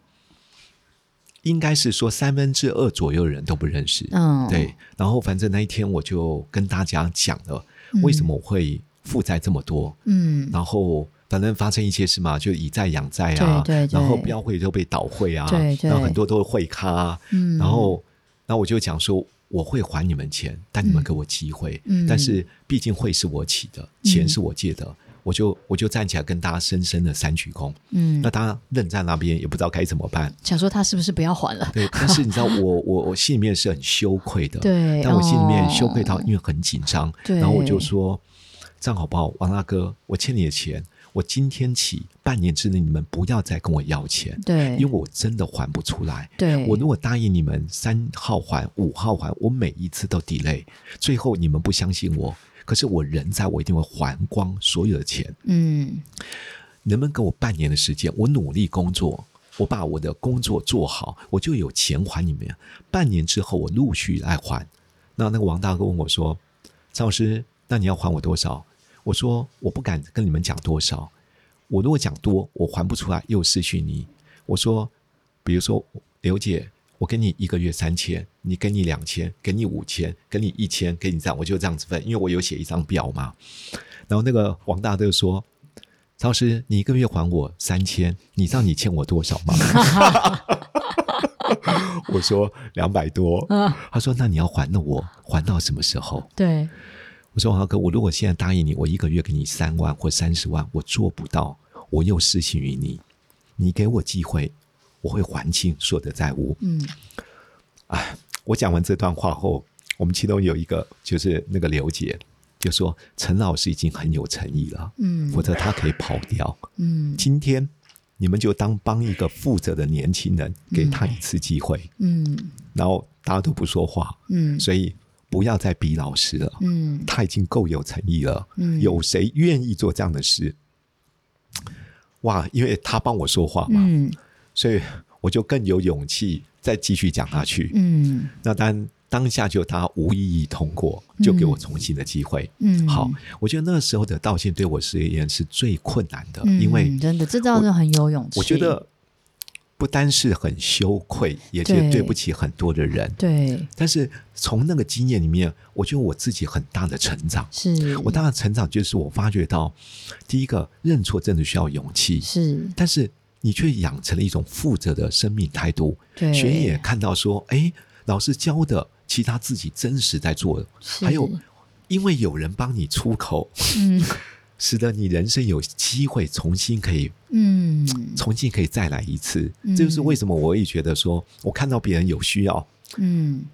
S2: 应该是说三分之二左右的人都不认识。
S1: 嗯
S2: 对，然后反正那一天我就跟大家讲了，
S1: 嗯
S2: 为什么我会负债这么多，
S1: 嗯
S2: 然后反正发生一些事嘛，就以债养债啊，
S1: 对对对
S2: 然后标会都被倒会啊，
S1: 对对
S2: 然后很多都是会咖、啊，
S1: 嗯，
S2: 然后，那我就讲说，我会还你们钱，但你们给我机会。
S1: 嗯
S2: 但是毕竟会是我起的，钱是我借的，我就我就站起来跟大家深深的三鞠躬。
S1: 嗯
S2: 那，大家愣在那边，也不知道该怎么办。
S1: 想说他是不是不要还了？
S2: 对，但是你知道我，我我心里面是很羞愧的。
S1: 对
S2: 呃但我心里面
S1: 哦
S2: 羞愧到，因为很紧张。
S1: 对
S2: 然后我就说，这样好不好，王大哥，我欠你的钱，我今天起半年之内你们不要再跟我要钱，
S1: 对
S2: 因为我真的还不出来。
S1: 对，
S2: 我如果答应你们三号还、五号还，我每一次都 delay，最后你们不相信我，可是我人在我一定会还光所有的钱。
S1: 嗯
S2: 能不能给我半年的时间？我努力工作，我把我的工作做好，我就有钱还你们。半年之后，我陆续来还。那那个王大哥问我说：“张老师，那你要还我多少？”我说：“我不敢跟你们讲多少。我如果讲多，我还不出来，又失去你。”我说：“比如说，刘姐，我给你一个月三千，你给你两千，给你五千，给你一千，给你这样，我就这样子分，因为我有写一张表嘛。”然后那个王大哥就说：“曹师，你一个月还我三千，你知道你欠我多少吗？”我说两百多，他说那你要还了我，还到什么时候？
S1: 对，
S2: 我说王哥，我如果现在答应你，我一个月给你三万或三十万，我做不到，我又失信于你，你给我机会，我会还清所有的债务。
S1: 嗯
S2: 我讲完这段话后，我们其中有一个就是那个刘姐就说陈老师已经很有诚意了，
S1: 嗯
S2: 否则他可以跑掉。
S1: 嗯
S2: 今天你们就当帮一个负责的年轻人，给他一次机会，
S1: 嗯
S2: 然后大家都不说话，
S1: 嗯
S2: 所以不要再逼老师了，
S1: 嗯
S2: 他已经够有诚意了。
S1: 嗯
S2: 有谁愿意做这样的事？哇，因为他帮我说话嘛，
S1: 嗯
S2: 所以我就更有勇气再继续讲下去。
S1: 嗯
S2: 那当当下就他无异议通过，就给我重新的机会。
S1: 嗯，
S2: 好，我觉得那时候的道歉对我而言是最困难的，
S1: 嗯，
S2: 因为
S1: 真的这倒是很有勇气，
S2: 我觉得不单是很羞愧，也觉
S1: 对
S2: 得对不起很多的人。
S1: 对
S2: 但是从那个经验里面，我觉得我自己很大的成长。
S1: 是，
S2: 我大的成长就是我发觉到，第一个认错真的需要勇气，
S1: 是
S2: 但是你却养成了一种负责的生命态度。
S1: 对
S2: 学员也看到说，哎，老师教的，其他自己真实在做的，还有
S1: 是
S2: 因为有人帮你出口，
S1: 嗯
S2: (laughs) 使得你人生有机会重新可以
S1: 嗯
S2: 重新可以再来一次。
S1: 嗯
S2: 这就是为什么我也觉得说，我看到别人有需要，
S1: 嗯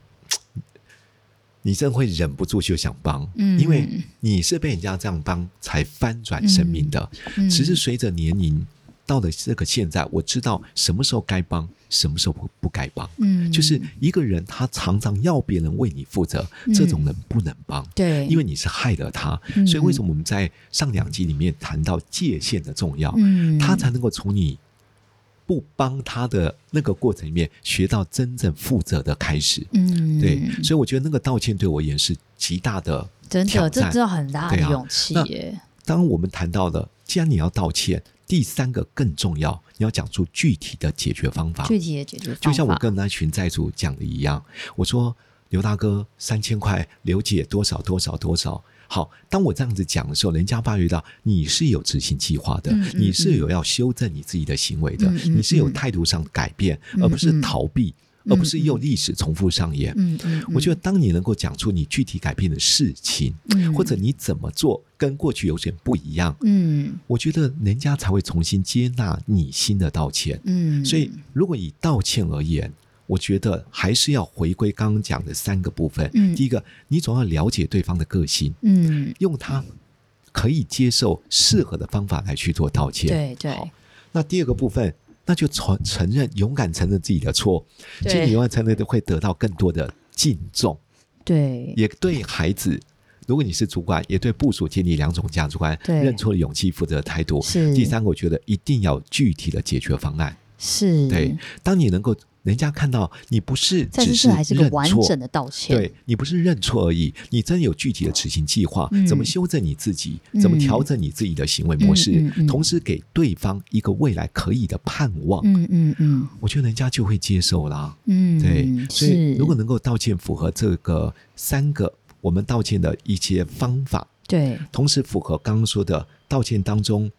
S2: 你真会忍不住就想帮，
S1: 嗯
S2: 因为你是被人家这样帮才翻转生命的。
S1: 嗯
S2: 只是随着年龄到了这个现在，我知道什么时候该帮，什么时候不不该帮。
S1: 嗯
S2: 就是一个人，他常常要别人为你负责，
S1: 嗯
S2: 这种人不能帮，
S1: 对，
S2: 因为你是害了他。
S1: 嗯
S2: 所以为什么我们在上两集里面谈到界限的重要？
S1: 嗯
S2: 他才能够从你不帮他的那个过程里面学到真正负责的开始。
S1: 嗯
S2: 对，所以我觉得那个道歉对我而言是极大的
S1: 真的
S2: 挑
S1: 这
S2: 战。
S1: 这很大的
S2: 对啊
S1: 勇气
S2: 那
S1: 耶，
S2: 当我们谈到了，既然你要道歉，第三个更重要，你要讲出具体的解决方法。
S1: 具体的解决
S2: 就
S1: 方
S2: 像我
S1: 法
S2: 跟那群债主讲的一样，我说刘大哥三千块，刘姐多少多少多少。好，当我这样子讲的时候，人家发觉到你是有执行计划的，
S1: 嗯嗯
S2: 你是有要修正你自己的行为的，
S1: 嗯嗯
S2: 你是有
S1: 嗯
S2: 态度上改变，
S1: 嗯
S2: 而不是
S1: 嗯
S2: 逃避，而不是用历史重复上演。
S1: 嗯嗯，
S2: 我觉得，当你能够讲出你具体改变的事情，
S1: 嗯
S2: 或者你怎么做跟过去有点不一样，
S1: 嗯
S2: 我觉得人家才会重新接纳你新的道歉。
S1: 嗯，
S2: 所以，如果以道歉而言，我觉得还是要回归刚刚讲的三个部分。
S1: 嗯
S2: 第一个，你总要了解对方的个性，
S1: 嗯
S2: 用他可以接受、适合的方法来去做道歉。
S1: 对对
S2: 好那第二个部分，那就承承认，勇敢承认自己的错，其
S1: 对
S2: 实你勇敢承认会得到更多的敬重。
S1: 对
S2: 也对孩子，如果你是主管，也对部署建立两种价值观：
S1: 对
S2: 认错的勇气、负责的态度。
S1: 是
S2: 第三个，我觉得一定要有具体的解决方案。
S1: 是
S2: 对，，当你能够人家看到你不是
S1: 但
S2: 只
S1: 是
S2: 是
S1: 这还是个
S2: 认
S1: 完
S2: 错，
S1: 整的道歉，
S2: 对你不是认错而已，你真有具体的执行计划，
S1: 嗯
S2: 怎么修正你自己，怎么
S1: 嗯
S2: 调整你自己的行为模式，
S1: 嗯嗯嗯
S2: 同时给对方一个未来可以的盼望。
S1: 嗯嗯嗯
S2: 我觉得人家就会接受啦。
S1: 嗯，
S2: 对，所以
S1: 是
S2: 如果能够道歉符合这个三个我们道歉的一些方法，
S1: 对
S2: 同时符合刚刚说的道歉当中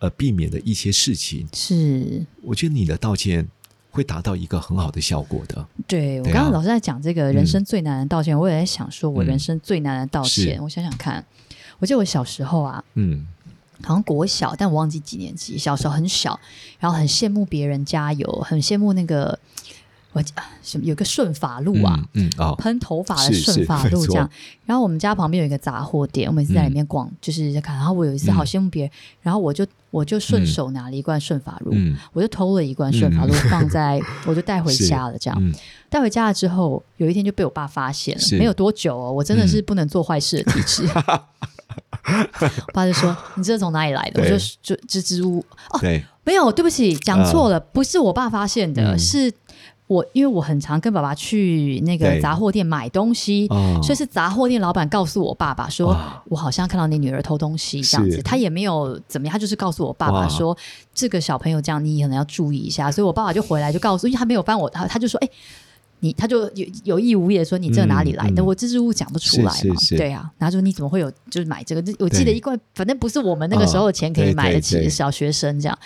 S2: 呃避免的一些事情，
S1: 是
S2: 我觉得你的道歉会达到一个很好的效果的。
S1: 对我
S2: 对
S1: 刚
S2: 啊
S1: 刚老师在讲这个人
S2: 嗯
S1: 生最难的道歉，我也在想说，我人
S2: 嗯
S1: 生最难的道
S2: 是
S1: 歉，我想想看，我记得我小时候啊，
S2: 嗯
S1: 好像国小，但我忘记几年级。小时候很小，然后很羡慕别人加油，很羡慕那个我记啊什么有个顺法路啊，
S2: 嗯嗯哦，
S1: 喷头发的
S2: 是是
S1: 顺发
S2: 没
S1: 路
S2: 错
S1: 这样。然后我们家旁边有一个杂货店，我每次在里面逛，就是在看。然后我有一次好
S2: 嗯
S1: 羡慕别人，然后我就我就顺
S2: 嗯
S1: 手拿了一罐顺发露，
S2: 嗯
S1: 我就偷了一罐顺发露、放
S2: (laughs)
S1: 在，我就带回
S2: 是
S1: 家了。这样
S2: 嗯
S1: 带回家了之后，有一天就被我爸发现了
S2: 是。
S1: 没有多久哦，我真的
S2: 嗯
S1: 是不能做坏事的体
S2: (laughs)
S1: 质。我爸就说：“你这是从哪里来的？”我
S2: 对
S1: 就就支支吾吾
S2: 对，
S1: 没有，对不起，讲错了，不是我爸发现的，
S2: 嗯
S1: 是我因为我很常跟爸爸去那个
S2: 对
S1: 杂货店买东西，
S2: 哦
S1: 所以是杂货店老板告诉我爸爸说
S2: 哇，
S1: 我好像看到你女儿偷东西这样
S2: 是
S1: 子，他也没有怎么样，他就是告诉我爸
S2: 哇
S1: 爸说，这个小朋友这样，你可能要注意一下，所以我爸爸就回来就告诉，因为他没有翻我，他他就说，哎、你他就有有意无意的说你这哪里来的？
S2: 嗯嗯
S1: 我支支吾吾讲不出来嘛，
S2: 是是是
S1: 对啊。然后就你怎么会有就是买这个？这我记得
S2: 对
S1: 一罐，反正不是我们那个时候的钱可以
S2: 对
S1: 买
S2: 对
S1: 得起，
S2: 对
S1: 小学生这样。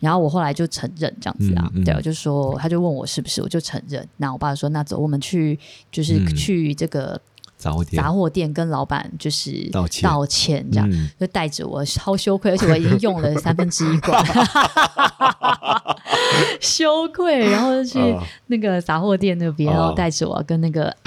S1: 然后我后来就承认这样子啊，
S2: 嗯嗯
S1: 对，我就说，他就问我是不是，我就承认。那我爸就说，那走，我们去就是
S2: 嗯
S1: 去这个
S2: 早点
S1: 杂货店跟老板就是
S2: 道歉
S1: 歉这样。
S2: 嗯
S1: 就带着我，超羞愧，而且我已经用
S2: (laughs)
S1: 了三分之一罐，羞愧。然后就去
S2: 啊
S1: 那个杂货店那边，
S2: 啊
S1: 然后带着我跟那个 (coughs)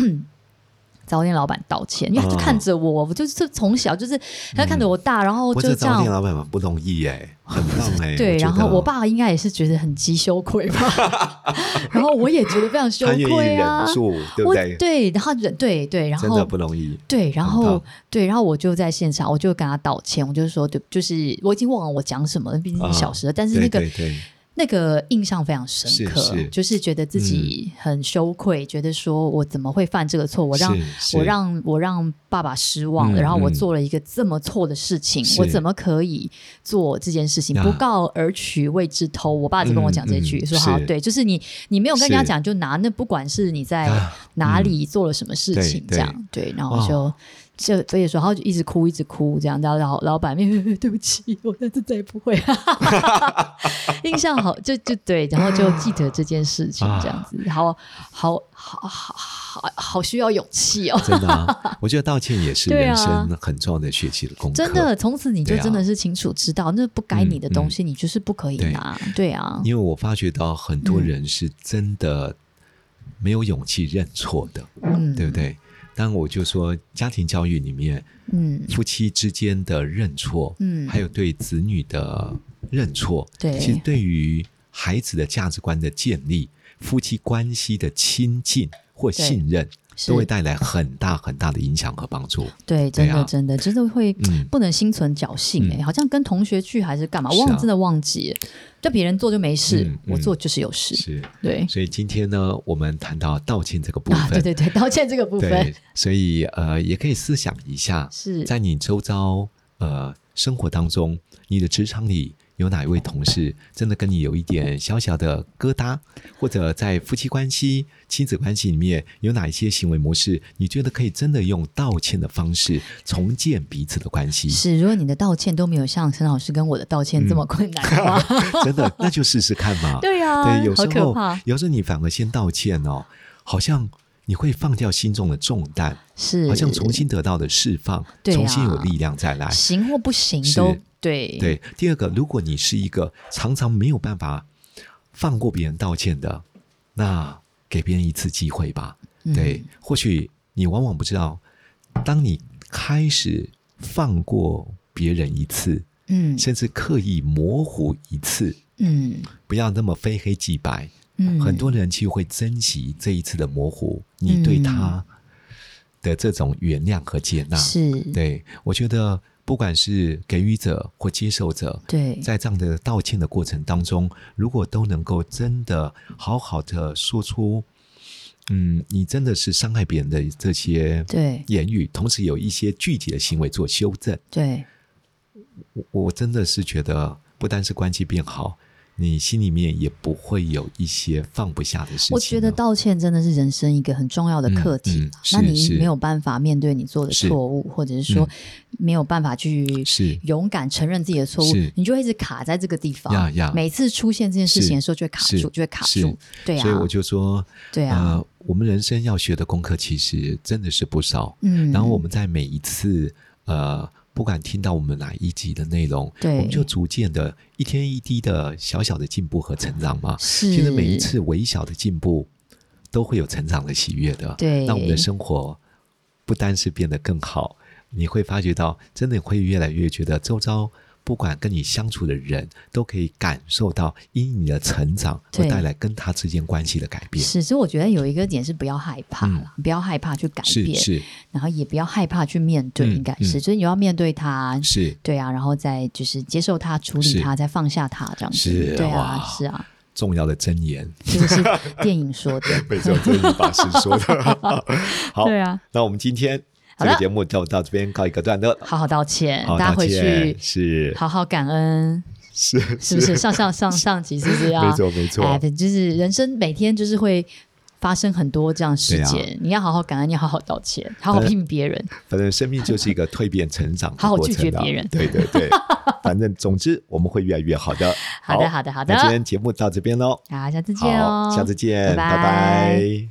S1: 杂货店老板道歉，因为他就
S2: 啊
S1: 看着我，我就是从小就是他看着我大，然后
S2: 我
S1: 就
S2: 这
S1: 这
S2: 早
S1: 样
S2: 店。老板蛮不容易哎，很棒哎。
S1: 对，
S2: 觉
S1: 然后
S2: 得
S1: 我爸应该也是觉得很极羞愧吧，
S2: (laughs)
S1: 然后我也觉得非常羞
S2: 他愿
S1: 愧
S2: 意
S1: 啊
S2: 忍，住，对不
S1: 我
S2: 对？
S1: 对，然后忍对对，然
S2: 真的
S1: 后
S2: 不容易。
S1: 对，然
S2: 很
S1: 后
S2: 棒
S1: 对，然后我就在现场，我就跟他道歉，我就说对，就是我已经忘了我讲什么了，毕
S2: 啊
S1: 竟小时候，但是
S2: 对
S1: 那个
S2: 对对
S1: 那个印象非常深刻，
S2: 是嗯是
S1: 就是觉得自己很羞愧，觉得说我怎么会犯这个错？我让
S2: 是是
S1: 我让我让爸爸失望了，
S2: 嗯
S1: 然后我
S2: 嗯
S1: 做了一个这么错的事情，
S2: 是
S1: 我怎么可以做这件事情？
S2: 啊
S1: 不告而取谓之偷。我爸就跟我讲这句，
S2: 嗯嗯
S1: 说好
S2: 是
S1: 对，就是你你没有跟人家
S2: 是
S1: 讲，就拿那不管是你在
S2: 啊
S1: 哪里做了什么事情，这
S2: 对哦
S1: 样对然后就。就所以说，他就一直哭，一直哭，这样，然后老老板面， (laughs) 对不起，我下次再也不会，啊印象好，就就对，然后就记得这件事情，这
S2: 啊
S1: 样子，好好好好好好需要勇气哦，
S2: (laughs) 真
S1: (laughs)
S2: 的啊，我觉得道歉也是
S1: 对啊
S2: 人生很重要的学习的功课。
S1: 真的，，从此你就
S2: 对啊嗯
S1: 真的是清楚知道，那不该你的东西，你就是不可以
S2: 对
S1: 拿，对啊，
S2: 因为我发觉到很
S1: 嗯
S2: 多人是真的没有勇气认错的，
S1: 嗯，
S2: 对不对？但我就说，家庭教育里面，
S1: 嗯，
S2: 夫妻之间的认错，
S1: 嗯
S2: 还有对子女的认错，
S1: 对
S2: 其实对于孩子的价值观的建立，夫妻关系的亲近或
S1: 对
S2: 信任，
S1: 是
S2: 都会带来很大很大的影响和帮助。
S1: 对，真
S2: 对啊
S1: 的真的，真的会
S2: 嗯
S1: 不能心存侥幸哎，
S2: 嗯
S1: 好像跟同学去还是干嘛，
S2: 是啊
S1: 忘了真的忘记了，就别人做就没事
S2: 嗯，嗯
S1: 我做就是有事，
S2: 是，
S1: 对
S2: 所以今天呢，我们谈到道歉这个部分，
S1: 啊，对对对，道歉这个部分
S2: 对，所以呃，也可以思想一下，
S1: 是
S2: 在你周遭呃生活当中，你的职场里有哪一位同事真的跟你有一点小小的疙瘩，或者在夫妻关系、亲子关系里面有哪一些行为模式，你觉得可以真的用道歉的方式重建彼此的关系？
S1: 是，如果你的道歉都没有像陈老师跟我的道歉这么困难的话，
S2: 真的，那就试试
S1: (laughs)
S2: 看嘛。
S1: 对呀、
S2: 嗯 (laughs) 对，有
S1: 啊好
S2: 时
S1: 可
S2: 候
S1: 怕，
S2: 有时候你反而先道歉哦，好像你会放掉心中的重担，
S1: 是
S2: 好像重新得到的释放，
S1: 对啊
S2: 重新有力量再来。
S1: 行或不行
S2: 是
S1: 都对，
S2: 对，第二个，如果你是一个常常没有办法放过别人道歉的，那给别人一次机会吧。
S1: 嗯
S2: 对，或许你往往不知道，当你开始放过别人一次，
S1: 嗯
S2: 甚至刻意模糊一次，
S1: 嗯
S2: 不要那么非黑即白，
S1: 嗯，
S2: 很多人其实会珍惜这一次的模糊，你
S1: 嗯
S2: 对他的这种原谅和接纳。
S1: 是，
S2: 对我觉得，不管是给予者或接受者，
S1: 对
S2: 在这样的道歉的过程当中，如果都能够真的好好的说出，嗯，你真的是伤害别人的这些
S1: 对
S2: 言语，同时有一些具体的行为做修正，
S1: 对
S2: 我我真的是觉得，不单是关系变好。你心里面也不会有一些放不下的事情了。哦
S1: 我觉得道歉真的是人生一个很重要的课题
S2: 嗯
S1: 啦、
S2: 嗯是
S1: 那你
S2: 是
S1: 没有办法面对你做的
S2: 是
S1: 错误，或者是说
S2: 嗯
S1: 没有办法去
S2: 是
S1: 勇敢承认自己的错误
S2: 是，
S1: 你就会一直卡在这个地方。
S2: 呀呀
S1: 每次出现这件事情的时候，就会卡
S2: 是
S1: 住，就会卡
S2: 是
S1: 住。对啊，
S2: 所以我就说，
S1: 对啊
S2: 呃，我们人生要学的功课其实真的是不少。
S1: 嗯，
S2: 然后我们在每一次呃，不管听到我们哪一集的内容，
S1: 对
S2: 我们就逐渐的一天一滴的小小的进步和成长嘛。
S1: 是
S2: 其实每一次微小的进步，都会有成长的喜悦的。
S1: 对
S2: 那我们的生活不单是变得更好，你会发觉到，真的会越来越觉得周遭。不管跟你相处的人都可以感受到因你的成长而
S1: 对
S2: 带来跟他之间关系的改变，
S1: 是，所以我觉得有一个点是不要害怕啦，不要害怕去改
S2: 嗯是
S1: 变，
S2: 是
S1: 然后也不要害怕去面对，
S2: 嗯
S1: 应该是，
S2: 嗯
S1: 所以你要面对它，
S2: 是，
S1: 对啊，然后再就是接受它、处理
S2: 是
S1: 它、再放下它，这样子，
S2: 是
S1: 对
S2: 哇
S1: 啊，是啊，
S2: 重要的箴言，
S1: 这
S2: (laughs)
S1: 个是电影说的，
S2: 没错，这是你法师说的。 (laughs) 好，
S1: 对啊，
S2: 那我们今天
S1: 好
S2: 这个
S1: 的
S2: 节目就到这边告一个段落。
S1: 好好道歉，
S2: 好，
S1: 大家回
S2: 道歉
S1: 去
S2: (laughs) 是
S1: 好好感恩，
S2: 是
S1: (laughs) 是不是？上上上上集是不是要？
S2: (laughs) 没错没错
S1: 哎，对就是人生每天就是会。发生很多这样的事
S2: 对啊呃
S1: 件，你要好好感恩，你要好好道歉，好好批评别人，
S2: 反正生命就是一个蜕变成长的
S1: 好好
S2: 过
S1: 拒
S2: 程
S1: 绝
S2: 的
S1: 别人
S2: 对对对，反正总之我们会越来越好的。
S1: (laughs) 好的好的好的
S2: 那今天节目到这边喽，
S1: 啊，下次见哦
S2: 好，，下次
S1: 拜
S2: 见，拜拜